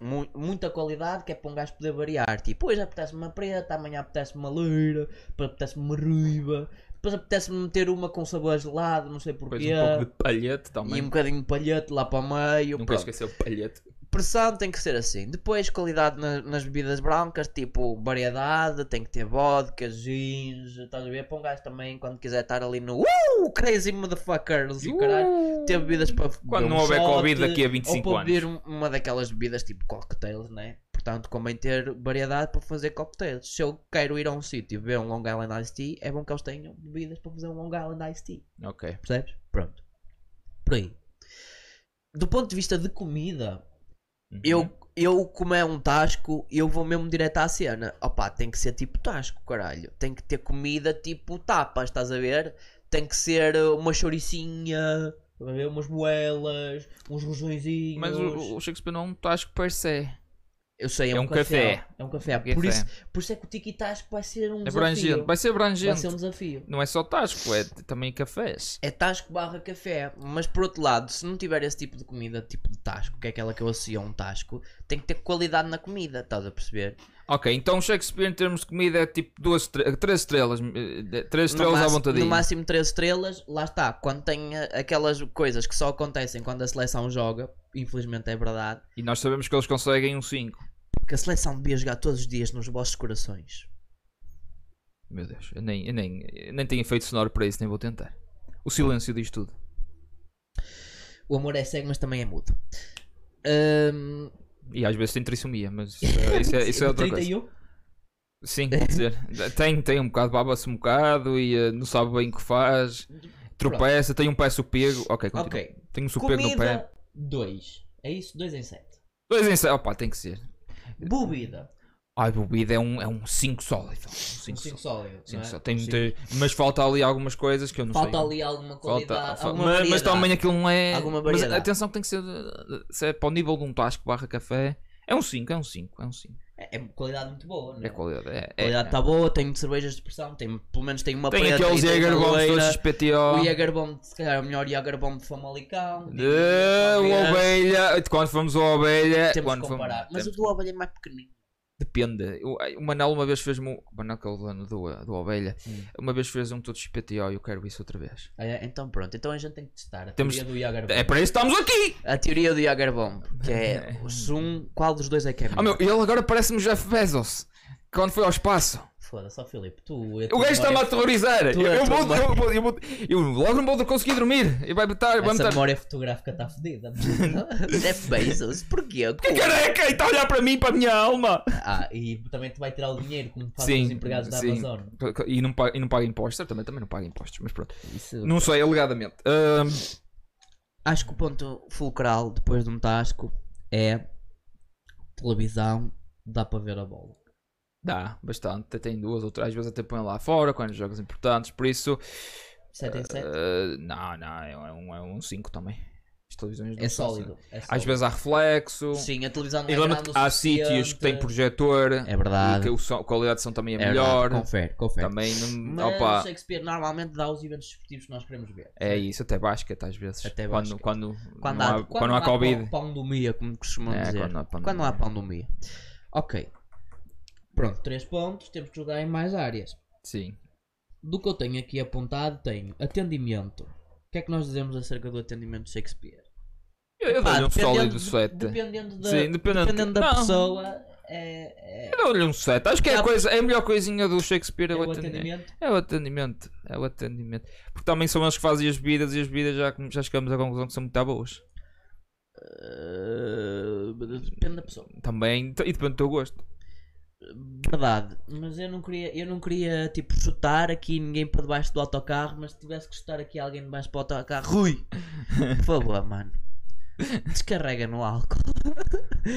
Speaker 2: Mu- muita qualidade que é para um gajo poder variar. Tipo, hoje apetece-me uma preta, amanhã apetece-me uma loira, depois apetece-me uma ruiva, depois apetece-me meter uma com sabor gelado, não sei
Speaker 1: Depois
Speaker 2: porquê.
Speaker 1: um pouco de palhete
Speaker 2: E um
Speaker 1: também.
Speaker 2: bocadinho de palhete lá para o meio.
Speaker 1: Nunca
Speaker 2: pronto.
Speaker 1: esqueceu o palhete.
Speaker 2: Pressão tem que ser assim. Depois, qualidade na- nas bebidas brancas, tipo variedade, tem que ter vodka, gins, estás a ver? Para um gajo também, quando quiser estar ali no uh, crazy motherfuckers e
Speaker 1: Uh!
Speaker 2: o caralho, ter bebidas para.
Speaker 1: Quando
Speaker 2: beber
Speaker 1: não
Speaker 2: um
Speaker 1: houver
Speaker 2: shot,
Speaker 1: Covid daqui a
Speaker 2: Ou
Speaker 1: 25
Speaker 2: para beber
Speaker 1: anos.
Speaker 2: um- uma daquelas bebidas tipo cocktails, né? Portanto, convém ter variedade para fazer cocktails. Se eu quero ir a um sítio e beber um Long Island Iced Tea, é bom que eles tenham bebidas para fazer um Long Island Iced Tea.
Speaker 1: Ok.
Speaker 2: Percebes? Pronto. Por aí. Do ponto de vista de comida,
Speaker 1: Uhum.
Speaker 2: eu, eu como é um tasco, eu vou mesmo direto à cena. Opa, tem que ser tipo tasco, caralho. Tem que ter comida tipo tapas, estás a ver? Tem que ser uh, uma chouricinha, estás a ver? umas moelas, uns rojõezinhos.
Speaker 1: Mas o, o Shakespeare não é um Tasco per se.
Speaker 2: Eu sei, é,
Speaker 1: é
Speaker 2: um,
Speaker 1: um
Speaker 2: café.
Speaker 1: café.
Speaker 2: É um café.
Speaker 1: Um
Speaker 2: Por,
Speaker 1: café.
Speaker 2: isso, por isso é que o tiki tasco vai ser um
Speaker 1: É
Speaker 2: desafio.
Speaker 1: abrangente. Vai ser
Speaker 2: Vai
Speaker 1: abrangente.
Speaker 2: ser um desafio.
Speaker 1: Não é só Tasco, é t- também cafés.
Speaker 2: É tasco barra café, mas por outro lado, se não tiver esse tipo de comida, tipo de tasco, que é aquela que eu associo a um tasco, tem que ter qualidade na comida, estás a perceber?
Speaker 1: Ok, então Shakespeare em termos de comida é tipo duas, tre- três estrelas. eh, Três
Speaker 2: No
Speaker 1: estrelas à
Speaker 2: máximo-
Speaker 1: vontade.
Speaker 2: No máximo 3 estrelas, lá está. Quando tem eh, aquelas coisas que só acontecem quando a seleção joga, infelizmente é verdade,
Speaker 1: E nós sabemos que eles conseguem um 5.
Speaker 2: que a seleção devia jogar todos os dias nos vossos corações.
Speaker 1: Meu Deus, eu nem, eu nem, eu nem tenho efeito sonoro para isso, nem vou tentar. O silêncio diz tudo.
Speaker 2: O amor é cego, mas também é mudo. Ahm,
Speaker 1: E às vezes tem trissomia, mas isso é, isso é- isso é outra
Speaker 2: *laughs*
Speaker 1: coisa.
Speaker 2: 31?
Speaker 1: Sim, quer dizer, tem, tem um bocado, baba-se um bocado e eh, não sabe bem o que faz, tropeça, tem um pé supego. Ok, continua.
Speaker 2: Ok.
Speaker 1: Tem um supego no pé.
Speaker 2: Comida 2. É isso? 2 em 7.
Speaker 1: Dois em seis, opa, tem que ser.
Speaker 2: Bebida.
Speaker 1: Ai, bebida é um 5 é um cinco sólido. Um
Speaker 2: Um
Speaker 1: cinco
Speaker 2: cinco
Speaker 1: sólido.
Speaker 2: sólido, não
Speaker 1: Sim,
Speaker 2: é?
Speaker 1: só
Speaker 2: Um
Speaker 1: tem
Speaker 2: cinco.
Speaker 1: muita- Mas falta ali algumas coisas que eu não
Speaker 2: Falta
Speaker 1: sei.
Speaker 2: ali alguma
Speaker 1: Falta-
Speaker 2: qualidade.
Speaker 1: fa-
Speaker 2: alguma
Speaker 1: mas, mas
Speaker 2: variedade.
Speaker 1: também aquilo não é.
Speaker 2: Alguma
Speaker 1: mas
Speaker 2: variedade.
Speaker 1: atenção que tem que ser, eh, se é para o nível de um tasco barra café. É um 5, é um 5, é um 5.
Speaker 2: É, é qualidade muito boa, não
Speaker 1: É qualidade. É,
Speaker 2: A
Speaker 1: é,
Speaker 2: qualidade está boa, tem cervejas de pressão, tem, pelo menos tem uma
Speaker 1: Tem
Speaker 2: preta
Speaker 1: aqueles
Speaker 2: e tem
Speaker 1: Jäger
Speaker 2: uma
Speaker 1: Bombs
Speaker 2: loira.
Speaker 1: dos PTO.
Speaker 2: O Jägerbomb, se calhar, é o melhor Jägerbomb de Famalicão.
Speaker 1: De o ovelha, quando fomos ao ovelha,
Speaker 2: Temos
Speaker 1: quando
Speaker 2: que
Speaker 1: fomos-
Speaker 2: comparar. Mas o
Speaker 1: temos-
Speaker 2: do Ovelha é mais pequenino.
Speaker 1: depende. O, o Manel uma vez fez-me. um- O Manel que é o dono do, do ovelha,
Speaker 2: Hum.
Speaker 1: uma vez fez um todo XPTO e eu quero isso outra vez.
Speaker 2: Ah, é? Então pronto, então a gente tem que testar a
Speaker 1: Temos-
Speaker 2: teoria do Jägerbomb.
Speaker 1: É para isso que estamos aqui!
Speaker 2: A teoria do Jägerbomb,
Speaker 1: *laughs*
Speaker 2: que é o Zoom, qual dos dois é que é
Speaker 1: Ah,
Speaker 2: melhor?
Speaker 1: meu, ele agora parece-me o Jeff Bezos. Quando foi ao espaço,
Speaker 2: Foda-se, ó Filipe, tu... a
Speaker 1: o
Speaker 2: tua
Speaker 1: gajo está-me a
Speaker 2: memória-
Speaker 1: aterrorizar. Eu,
Speaker 2: Tu é
Speaker 1: eu vou,
Speaker 2: tua
Speaker 1: eu, vou, eu, vou, eu logo não vou conseguir dormir. E vai botar, vai
Speaker 2: Essa
Speaker 1: botar.
Speaker 2: memória fotográfica está fodida.
Speaker 1: *laughs*
Speaker 2: Jeff Bezos, porquê?
Speaker 1: Que careca! E está a olhar para mim, para a minha alma!
Speaker 2: Ah, e também te vai tirar o dinheiro, como fazem
Speaker 1: Sim,
Speaker 2: os empregados da
Speaker 1: sim.
Speaker 2: Amazon.
Speaker 1: E não paga, e não paga impostos, também, também não paga impostos, mas pronto.
Speaker 2: Isso...
Speaker 1: Não sei, alegadamente. Ahm,
Speaker 2: Acho que o ponto fulcral depois de um tasco é televisão, dá para ver a bola.
Speaker 1: Dá, bastante. Até tem duas ou três às vezes, até põe lá fora quando jogos importantes. Por isso,
Speaker 2: 7 em 7
Speaker 1: eh, não, não, é um 5 é um cinco também. As televisões não
Speaker 2: é
Speaker 1: são
Speaker 2: sólido.
Speaker 1: assim.
Speaker 2: é
Speaker 1: Às
Speaker 2: sólido.
Speaker 1: vezes há reflexo.
Speaker 2: Sim, a televisão não
Speaker 1: E
Speaker 2: é
Speaker 1: lembra-te,
Speaker 2: grande o
Speaker 1: há
Speaker 2: suficiente.
Speaker 1: sítios que têm projetor
Speaker 2: É
Speaker 1: e
Speaker 2: verdade.
Speaker 1: que o som- a qualidade de som também é,
Speaker 2: é
Speaker 1: melhor.
Speaker 2: Verdade. Confere, confere.
Speaker 1: Também, não-
Speaker 2: Mas
Speaker 1: opa,
Speaker 2: o Shakespeare normalmente dá os eventos esportivos que nós queremos ver.
Speaker 1: é isso, até basquete às vezes.
Speaker 2: Até
Speaker 1: quando,
Speaker 2: basquete.
Speaker 1: quando,
Speaker 2: Quando
Speaker 1: não há, quando, não há Covid.
Speaker 2: pão- Pão do Mia, como costumam
Speaker 1: É,
Speaker 2: dizer.
Speaker 1: quando não há pão do
Speaker 2: Quando não há
Speaker 1: Mia.
Speaker 2: pão do Mia. Ok. Pronto, 3 pontos. Temos que jogar em mais áreas.
Speaker 1: Sim.
Speaker 2: Do que eu tenho aqui apontado, tenho atendimento. O que é que nós dizemos acerca do atendimento de Shakespeare?
Speaker 1: Eu, eu
Speaker 2: Pá,
Speaker 1: dou-lhe um
Speaker 2: dependendo
Speaker 1: sólido
Speaker 2: de-
Speaker 1: 7.
Speaker 2: Dependendo da,
Speaker 1: Sim, dependendo-
Speaker 2: dependendo da
Speaker 1: Não.
Speaker 2: pessoa, é, é,
Speaker 1: Eu dou-lhe um 7. Acho que é a,
Speaker 2: Dá-
Speaker 1: coisa, é a melhor coisinha do Shakespeare.
Speaker 2: é
Speaker 1: eu
Speaker 2: o
Speaker 1: atender.
Speaker 2: atendimento.
Speaker 1: É o atendimento, é o atendimento. Porque também são eles que fazem as bebidas e as bebidas já, já chegamos à conclusão que são muito boas.
Speaker 2: Uh, depende da pessoa.
Speaker 1: Também, e depende do teu gosto.
Speaker 2: Verdade. Mas eu não queria, eu não queria tipo, chutar aqui ninguém para debaixo do autocarro, mas se tivesse que chutar aqui alguém debaixo para o autocarro, Rui! Por
Speaker 1: *laughs*
Speaker 2: favor, mano. Descarrega no álcool. *laughs*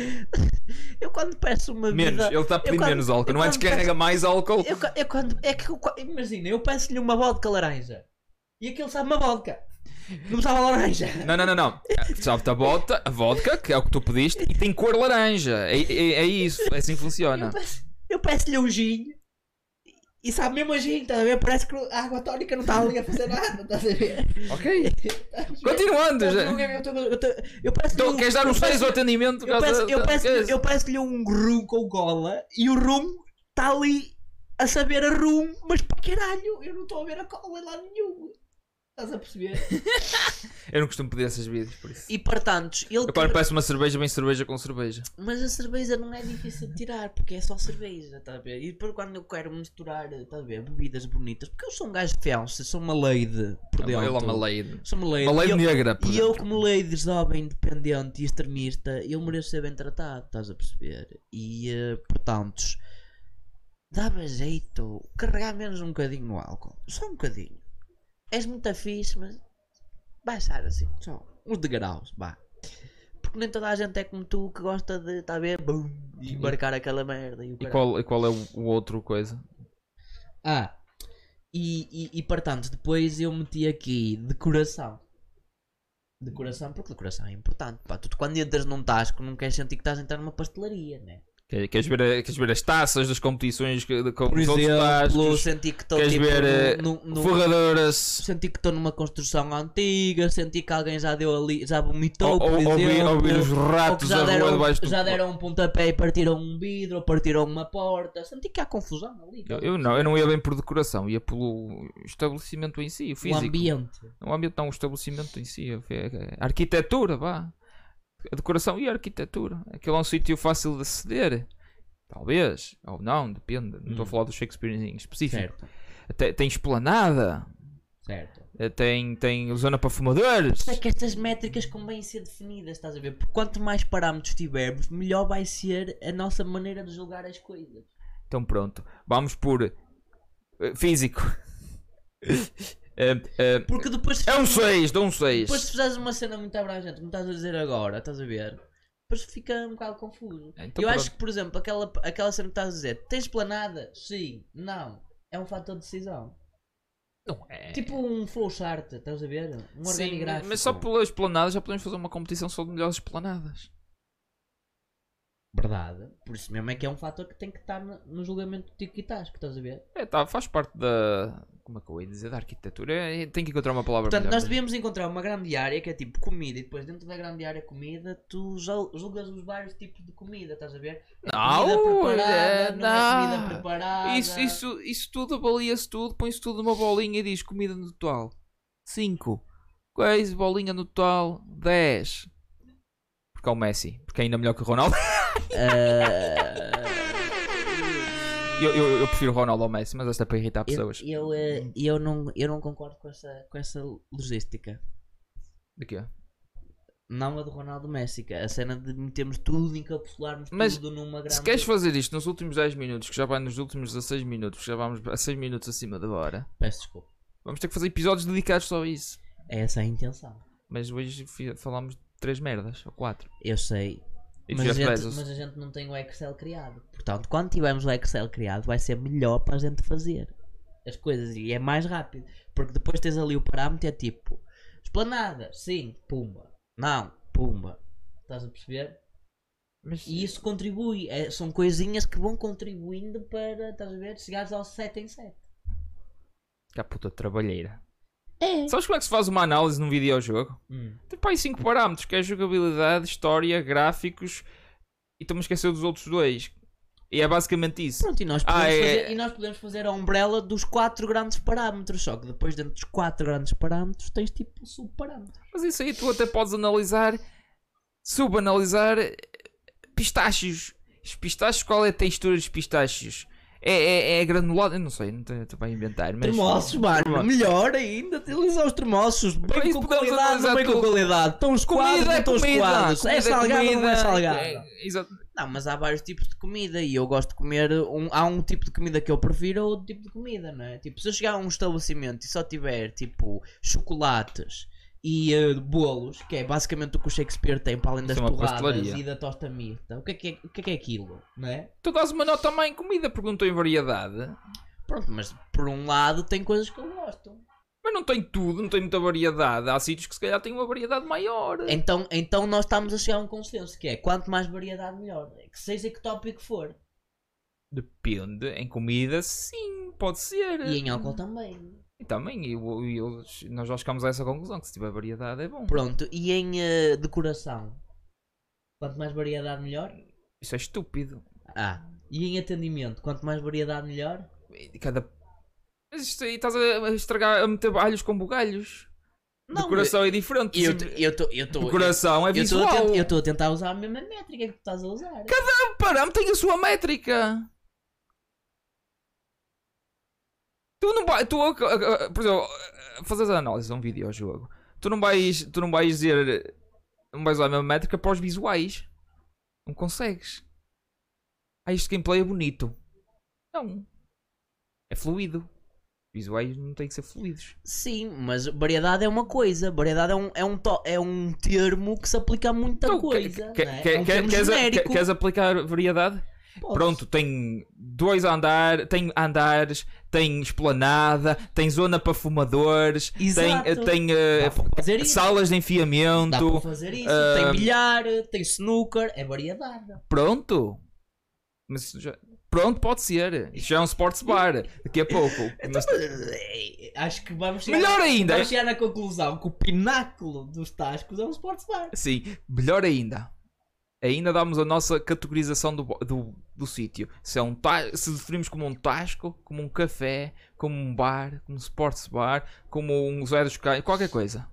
Speaker 2: eu quando peço uma
Speaker 1: Menos,
Speaker 2: vida.
Speaker 1: ele está a pedir
Speaker 2: eu quando-
Speaker 1: menos álcool,
Speaker 2: eu
Speaker 1: não é
Speaker 2: quando
Speaker 1: descarrega mais álcool.
Speaker 2: Eu, ca- eu quando. É que eu, qua- imagina, eu peço-lhe uma vodka laranja. E aquilo sabe uma vodka. Não me sabe a laranja.
Speaker 1: Não, não, não,
Speaker 2: *laughs*
Speaker 1: não. Sabe-te a bota, a vodka, que é o que tu pediste, e tem cor laranja. É, é, é isso, é assim que
Speaker 2: Eu
Speaker 1: funciona.
Speaker 2: peço- Eu peço-lhe um gin e sabe mesmo a gin, estás a ver? Parece que a água tónica não está ali a fazer nada, estás a ver?
Speaker 1: Ok.
Speaker 2: Estás a ver?
Speaker 1: Continuando.
Speaker 2: Estás a ver o
Speaker 1: já-
Speaker 2: que é que Eu, tô- eu, tô- eu peço-lhe
Speaker 1: Então,
Speaker 2: um-
Speaker 1: queres dar um
Speaker 2: eu
Speaker 1: 6 ao
Speaker 2: peço-lhe-
Speaker 1: atendimento? por
Speaker 2: Eu
Speaker 1: causa
Speaker 2: peço-
Speaker 1: da- é
Speaker 2: eu
Speaker 1: da-
Speaker 2: peço-lhe eu peço-lhe um rum com cola e o rum está ali a saber a rum, mas para caralho, eu não estou a ver a cola em lado nenhum. Estás a perceber?
Speaker 1: Eu não costumo pedir essas bebidas, por isso.
Speaker 2: E portanto, ele.
Speaker 1: Eu quando
Speaker 2: tira-
Speaker 1: peço uma cerveja, vem cerveja com cerveja.
Speaker 2: Mas a cerveja não é difícil de tirar, porque é só cerveja, tá a ver? E depois quando eu quero misturar, tá a ver, bebidas bonitas, porque eu sou um gajo fiance, sou uma lady por
Speaker 1: Ele
Speaker 2: dentro.
Speaker 1: é uma lady.
Speaker 2: Sou uma lady.
Speaker 1: Uma lady
Speaker 2: E eu-
Speaker 1: negra. por
Speaker 2: E eu,
Speaker 1: exemplo.
Speaker 2: como lady jovem, independente e extremista, eu mereço ser bem tratado, estás a perceber? E, eh, portanto, dava jeito carregar menos um bocadinho no álcool. Só um bocadinho. És muito fixe, mas baixar assim, só uns degraus, vá. Porque nem toda a gente é como tu que gosta de, tá a ver, bum, e embarcar aquela merda. E o
Speaker 1: E
Speaker 2: caralho.
Speaker 1: qual, e qual é o, o outro coisa?
Speaker 2: Ah, e, e, e portanto, depois eu meti aqui decoração. Decoração, porque decoração é importante. Pá, tu quando entras num tasco não queres sentir que estás a entrar numa pastelaria, né?
Speaker 1: Que- Queres ver, a- queres ver as taças das competições que, de, com
Speaker 2: Por
Speaker 1: os outros
Speaker 2: exemplo,
Speaker 1: bascos?
Speaker 2: senti que estou
Speaker 1: queres
Speaker 2: tipo,
Speaker 1: ver, eh,
Speaker 2: num- num-
Speaker 1: Forradoras.
Speaker 2: Senti que estou numa construção antiga, senti que alguém já deu ali, já vomitou,
Speaker 1: Ou,
Speaker 2: Então, por
Speaker 1: ou, ouvir,
Speaker 2: exemplo.
Speaker 1: ouvir os
Speaker 2: ou que
Speaker 1: ratos
Speaker 2: já
Speaker 1: a rua
Speaker 2: deram,
Speaker 1: debaixo do.
Speaker 2: já deram um pontapé e partiram um vidro, ou partiram uma porta. Senti que há confusão ali. né?
Speaker 1: Eu, eu não, eu não ia bem por decoração, ia pelo estabelecimento em si, o
Speaker 2: o
Speaker 1: físico.
Speaker 2: ambiente.
Speaker 1: Não há medo, não. O estabelecimento em si. A a- a arquitetura, vá. A decoração e a arquitetura. Aquilo é um sítio fácil de aceder. Talvez. Ou não, depende. Não estou a
Speaker 2: Hum.
Speaker 1: falar do Shakespeare em específico.
Speaker 2: Certo,
Speaker 1: Te- Tem esplanada.
Speaker 2: certo.
Speaker 1: eh, Tem, tem zona para fumadores.
Speaker 2: Isto é que estas métricas convém ser definidas, estás a ver? Porque quanto mais parâmetros tivermos, melhor vai ser a nossa maneira de julgar as coisas.
Speaker 1: Então pronto. Vamos por. eh, Físico. *laughs* Eh, eh,
Speaker 2: Porque depois, se
Speaker 1: é um 6, dou um 6.
Speaker 2: depois se fizeres uma cena muito abrangente, como estás a dizer agora, estás a ver? Depois fica um bocado confuso.
Speaker 1: Então
Speaker 2: Eu
Speaker 1: pronto.
Speaker 2: acho que, por exemplo, aquela, aquela cena que estás a dizer, tens planada? Sim, não. É um fator de decisão.
Speaker 1: Não é.
Speaker 2: Tipo um flowchart, estás a ver? Um
Speaker 1: Sim,
Speaker 2: organigráfico.
Speaker 1: mas só um pelas planadas já podemos fazer uma competição só de melhores planadas.
Speaker 2: Verdade. Por isso mesmo é que é um fator que tem que estar no, no julgamento do tico e tasco, estás a ver?
Speaker 1: É, tá, faz parte da. Como é que eu ia dizer? Da arquitetura. É, Tem que encontrar uma palavra
Speaker 2: Portanto,
Speaker 1: melhor.
Speaker 2: nós devíamos encontrar uma grande área que é tipo comida, e depois dentro da grande área comida tu jul- julgas os vários tipos de comida, estás a ver? É comida
Speaker 1: Não,
Speaker 2: preparada,
Speaker 1: é,
Speaker 2: não, é comida
Speaker 1: não.
Speaker 2: preparada.
Speaker 1: Isso, isso, isso tudo avalia-se tudo, põe-se tudo numa bolinha e diz comida no total. 5. Coisa, bolinha no total. 10. Porque é o Messi. Porque é ainda melhor que o Ronaldo. *laughs*
Speaker 2: Ah,
Speaker 1: Eu, eu, eu prefiro o Ronaldo ao Messi, mas esta é para irritar
Speaker 2: eu,
Speaker 1: pessoas.
Speaker 2: eu, eh, eu não, eu não concordo com essa, com essa logística.
Speaker 1: De quê?
Speaker 2: Não a do Ronaldo Messi, que é a cena de metermos tudo, encapsularmos
Speaker 1: Mas,
Speaker 2: tudo numa grande.
Speaker 1: Se queres fazer isto nos últimos 10 minutos, que já vai nos últimos 16 minutos, que já vamos a 6 minutos acima da hora,
Speaker 2: Peço desculpa.
Speaker 1: vamos ter que fazer episódios dedicados só a isso.
Speaker 2: É essa a intenção.
Speaker 1: Mas hoje fi- falámos de 3 merdas, ou 4.
Speaker 2: Eu sei.
Speaker 1: E
Speaker 2: Mas
Speaker 1: de
Speaker 2: a,
Speaker 1: Jeff
Speaker 2: gente,
Speaker 1: Bezos.
Speaker 2: mas a gente não tem o Excel criado. Portanto, quando tivermos o Excel criado, vai ser melhor para a gente fazer as coisas e é mais rápido. Porque depois tens ali o parâmetro e é tipo: esplanada, sim, pumba, não, pumba. Estás a perceber?
Speaker 1: Mas-
Speaker 2: E isso contribui. é- são coisinhas que vão contribuindo para, estás a ver, chegares ao 7 em 7.
Speaker 1: Que a puta trabalheira.
Speaker 2: É.
Speaker 1: Sabes como é que se faz uma análise num videojogo?
Speaker 2: Hum.
Speaker 1: Tem para aí 5 parâmetros, que é jogabilidade, história, gráficos e estou-me a esquecer dos outros dois. E é basicamente isso.
Speaker 2: Pronto, e nós, podemos
Speaker 1: Ah, é-
Speaker 2: fazer, e nós podemos fazer a umbrella dos quatro grandes parâmetros. Só que depois, dentro dos quatro grandes parâmetros, tens tipo subparâmetros.
Speaker 1: Mas isso aí tu até podes analisar, subanalisar eh, pistachos. Os pistachos, qual é a textura dos pistachos? É, é, é granulado? Eu não sei, não estou estou bem a inventar. Mas...
Speaker 2: Termossos, mano,
Speaker 1: Termossos.
Speaker 2: melhor ainda, utilizar os termossos,
Speaker 1: Para
Speaker 2: bem
Speaker 1: isso
Speaker 2: com
Speaker 1: podemos
Speaker 2: qualidade,
Speaker 1: analisar
Speaker 2: bem com
Speaker 1: tudo.
Speaker 2: qualidade, estão os quadros, não estão os quadros, é salgado ou não é salgado?
Speaker 1: é- exato.
Speaker 2: Não, mas há vários tipos de comida e eu gosto de comer, um, há um tipo de comida que eu prefiro ou outro tipo de comida, não é? Tipo, se eu chegar a um estabelecimento e só tiver, tipo, chocolates e eh, bolos, que é basicamente o que o Shakespeare tem para além
Speaker 1: Isso
Speaker 2: das
Speaker 1: é uma
Speaker 2: torradas
Speaker 1: pastelaria.
Speaker 2: e da tosta mista, o que é, que é, o que é que é aquilo, não é?
Speaker 1: Tu dás uma nota má em comida, perguntou em variedade.
Speaker 2: Pronto, mas por um lado tem coisas que eu gosto.
Speaker 1: Mas não tem tudo, não tem muita variedade. Há sítios que se calhar têm uma variedade maior.
Speaker 2: Então, então nós estamos a chegar a um consenso que é quanto mais variedade melhor, É que seja que tópico for.
Speaker 1: Depende. Em comida, sim, pode ser.
Speaker 2: E em álcool também.
Speaker 1: E também, eu, eu- nós já chegámos a essa conclusão, que se tiver variedade é bom.
Speaker 2: Pronto, e em eh, decoração? Quanto mais variedade melhor?
Speaker 1: Isso é estúpido.
Speaker 2: Ah, e em atendimento? Quanto mais variedade melhor?
Speaker 1: Cada... Mas isto aí estás a estragar, a meter alhos com bugalhos.
Speaker 2: Não,
Speaker 1: Decoração é diferente.
Speaker 2: Eu
Speaker 1: sim.
Speaker 2: estou. Eu estou.
Speaker 1: Decoração é
Speaker 2: Eu estou a,
Speaker 1: visual.
Speaker 2: tent- eu tô a tentar usar a mesma métrica que tu estás a usar.
Speaker 1: O parâmetro tem a sua métrica. Tu não vais. Tu, ah, ah, por exemplo, ah, fazes a análise de um videojogo. Tu não vais. Tu não vais dizer. Não vais usar a mesma métrica para os visuais. Não consegues. Ah, este gameplay é bonito. Não. É fluido. Visuais não têm que ser fluidos.
Speaker 2: Sim, mas variedade é uma coisa. Variedade é um, é um, to- é um termo que se aplica a muita
Speaker 1: Então, que-
Speaker 2: coisa.
Speaker 1: que-
Speaker 2: não é?
Speaker 1: que-
Speaker 2: É um
Speaker 1: que-
Speaker 2: termo
Speaker 1: queres-
Speaker 2: genérico.
Speaker 1: queres aplicar variedade?
Speaker 2: Podes.
Speaker 1: Pronto, tem dois andares, tem andares, tem esplanada, tem zona para fumadores, tem,
Speaker 2: Exato.
Speaker 1: tem eh,
Speaker 2: Dá para fazer isso.
Speaker 1: salas de
Speaker 2: Dá para
Speaker 1: enfiamento.
Speaker 2: fazer isso.
Speaker 1: ah,
Speaker 2: Tem bilhar, tem snooker, é variedade.
Speaker 1: Pronto. Mas isso já- pronto, pode ser. Isto já é um sports bar. Daqui a pouco.
Speaker 2: *laughs* Então,
Speaker 1: Mas-
Speaker 2: mas, eh, acho que vamos chegar,
Speaker 1: Melhor ainda.
Speaker 2: vamos chegar na conclusão que o pináculo dos Tascos é um sports bar.
Speaker 1: Sim, melhor ainda. Ainda damos a nossa categorização do, bo- do, do sítio. Se, é um ta- se definimos como um tasco, como um café, como um bar, como um sports bar, como um Zé dos Cais, qualquer coisa.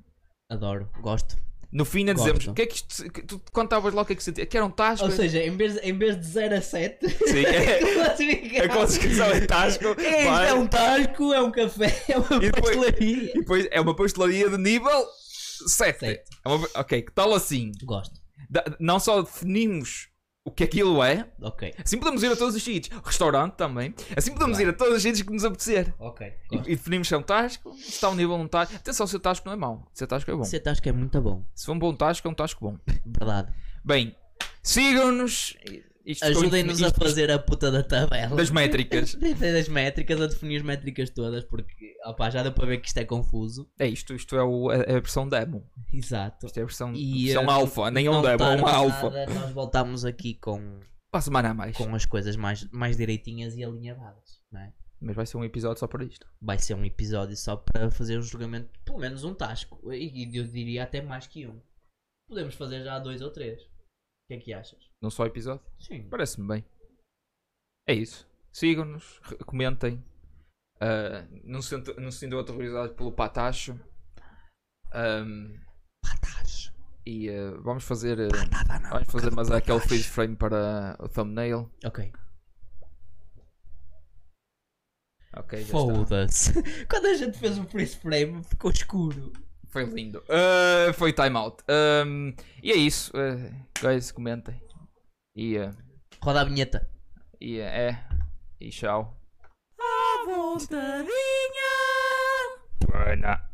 Speaker 2: Adoro, gosto.
Speaker 1: No fim, ainda dizemos:
Speaker 2: Gosto.
Speaker 1: o que é que isto. se- que- tu contavas logo o que é que sentias? Que era um tasco?
Speaker 2: Ou seja, em vez, em vez de 0 a *laughs* 7,
Speaker 1: Sim, é, a classificação é tasco.
Speaker 2: *laughs* É, isto
Speaker 1: bar,
Speaker 2: é um tasco, é um café, *laughs* é uma
Speaker 1: E depois-
Speaker 2: pastelaria.
Speaker 1: E depois é uma pastelaria de nível 7.
Speaker 2: Sete.
Speaker 1: É uma- ok, que tal assim?
Speaker 2: Gosto,
Speaker 1: Da- não só definimos o que aquilo é,
Speaker 2: ok,
Speaker 1: Assim podemos ir a todos os sítios. Restaurante também. Assim podemos
Speaker 2: Claro.
Speaker 1: ir a todos os sítios que nos apetecer.
Speaker 2: ok,
Speaker 1: E,
Speaker 2: gosto.
Speaker 1: e definimos se é um tasco, se está um nível um tasco. Atenção, se o tasco não é mau. Se o tasco é bom.
Speaker 2: Esse tasco é muito bom,
Speaker 1: Se for um bom tasco, é um tasco bom.
Speaker 2: verdade.
Speaker 1: Bem, sigam-nos. Isto ficou
Speaker 2: Ajudem-nos
Speaker 1: infin-
Speaker 2: a
Speaker 1: isto
Speaker 2: fazer a puta da tabela.
Speaker 1: Das métricas.
Speaker 2: das métricas, a definir as métricas todas, porque opá, já deu para ver que isto é confuso. *laughs*
Speaker 1: É isto, isto é, o, é é a versão demo.
Speaker 2: Exato.
Speaker 1: Isto é a versão,
Speaker 2: E,
Speaker 1: versão
Speaker 2: eh,
Speaker 1: alfa, nem um
Speaker 2: não
Speaker 1: demo, é
Speaker 2: tarda
Speaker 1: uma alfa.
Speaker 2: nada, Nós voltamos aqui com,
Speaker 1: Para a semana a mais.
Speaker 2: com as coisas mais, mais direitinhas e alinhavadas. Não é?
Speaker 1: Mas vai ser um episódio só para isto.
Speaker 2: Vai ser um episódio só para fazer um julgamento, pelo menos um tasco. E e eu diria até mais que um. Podemos fazer já dois ou três. O que é que achas?
Speaker 1: Não só episódio.
Speaker 2: Sim.
Speaker 1: Parece-me bem. É isso. Sigam-nos, re- comentem. Ah, não, se sinto- não se sintam aterrorizados pelo patacho. Ahm,
Speaker 2: Patadas.
Speaker 1: e ah, vamos fazer. ah,
Speaker 2: Patada não.
Speaker 1: vamos fazer mais aquele
Speaker 2: Patadas.
Speaker 1: freeze frame para o thumbnail.
Speaker 2: Ok.
Speaker 1: Ok, já está.
Speaker 2: Foda-se. *laughs* Quando a gente fez o freeze frame, ficou escuro.
Speaker 1: Foi lindo. Ah, foi timeout. Ahm, e é isso. Ah, guys, comentem. E, ah,
Speaker 2: Roda a vinheta.
Speaker 1: e ah, é. E tchau.
Speaker 3: vontadinha.
Speaker 1: Buena.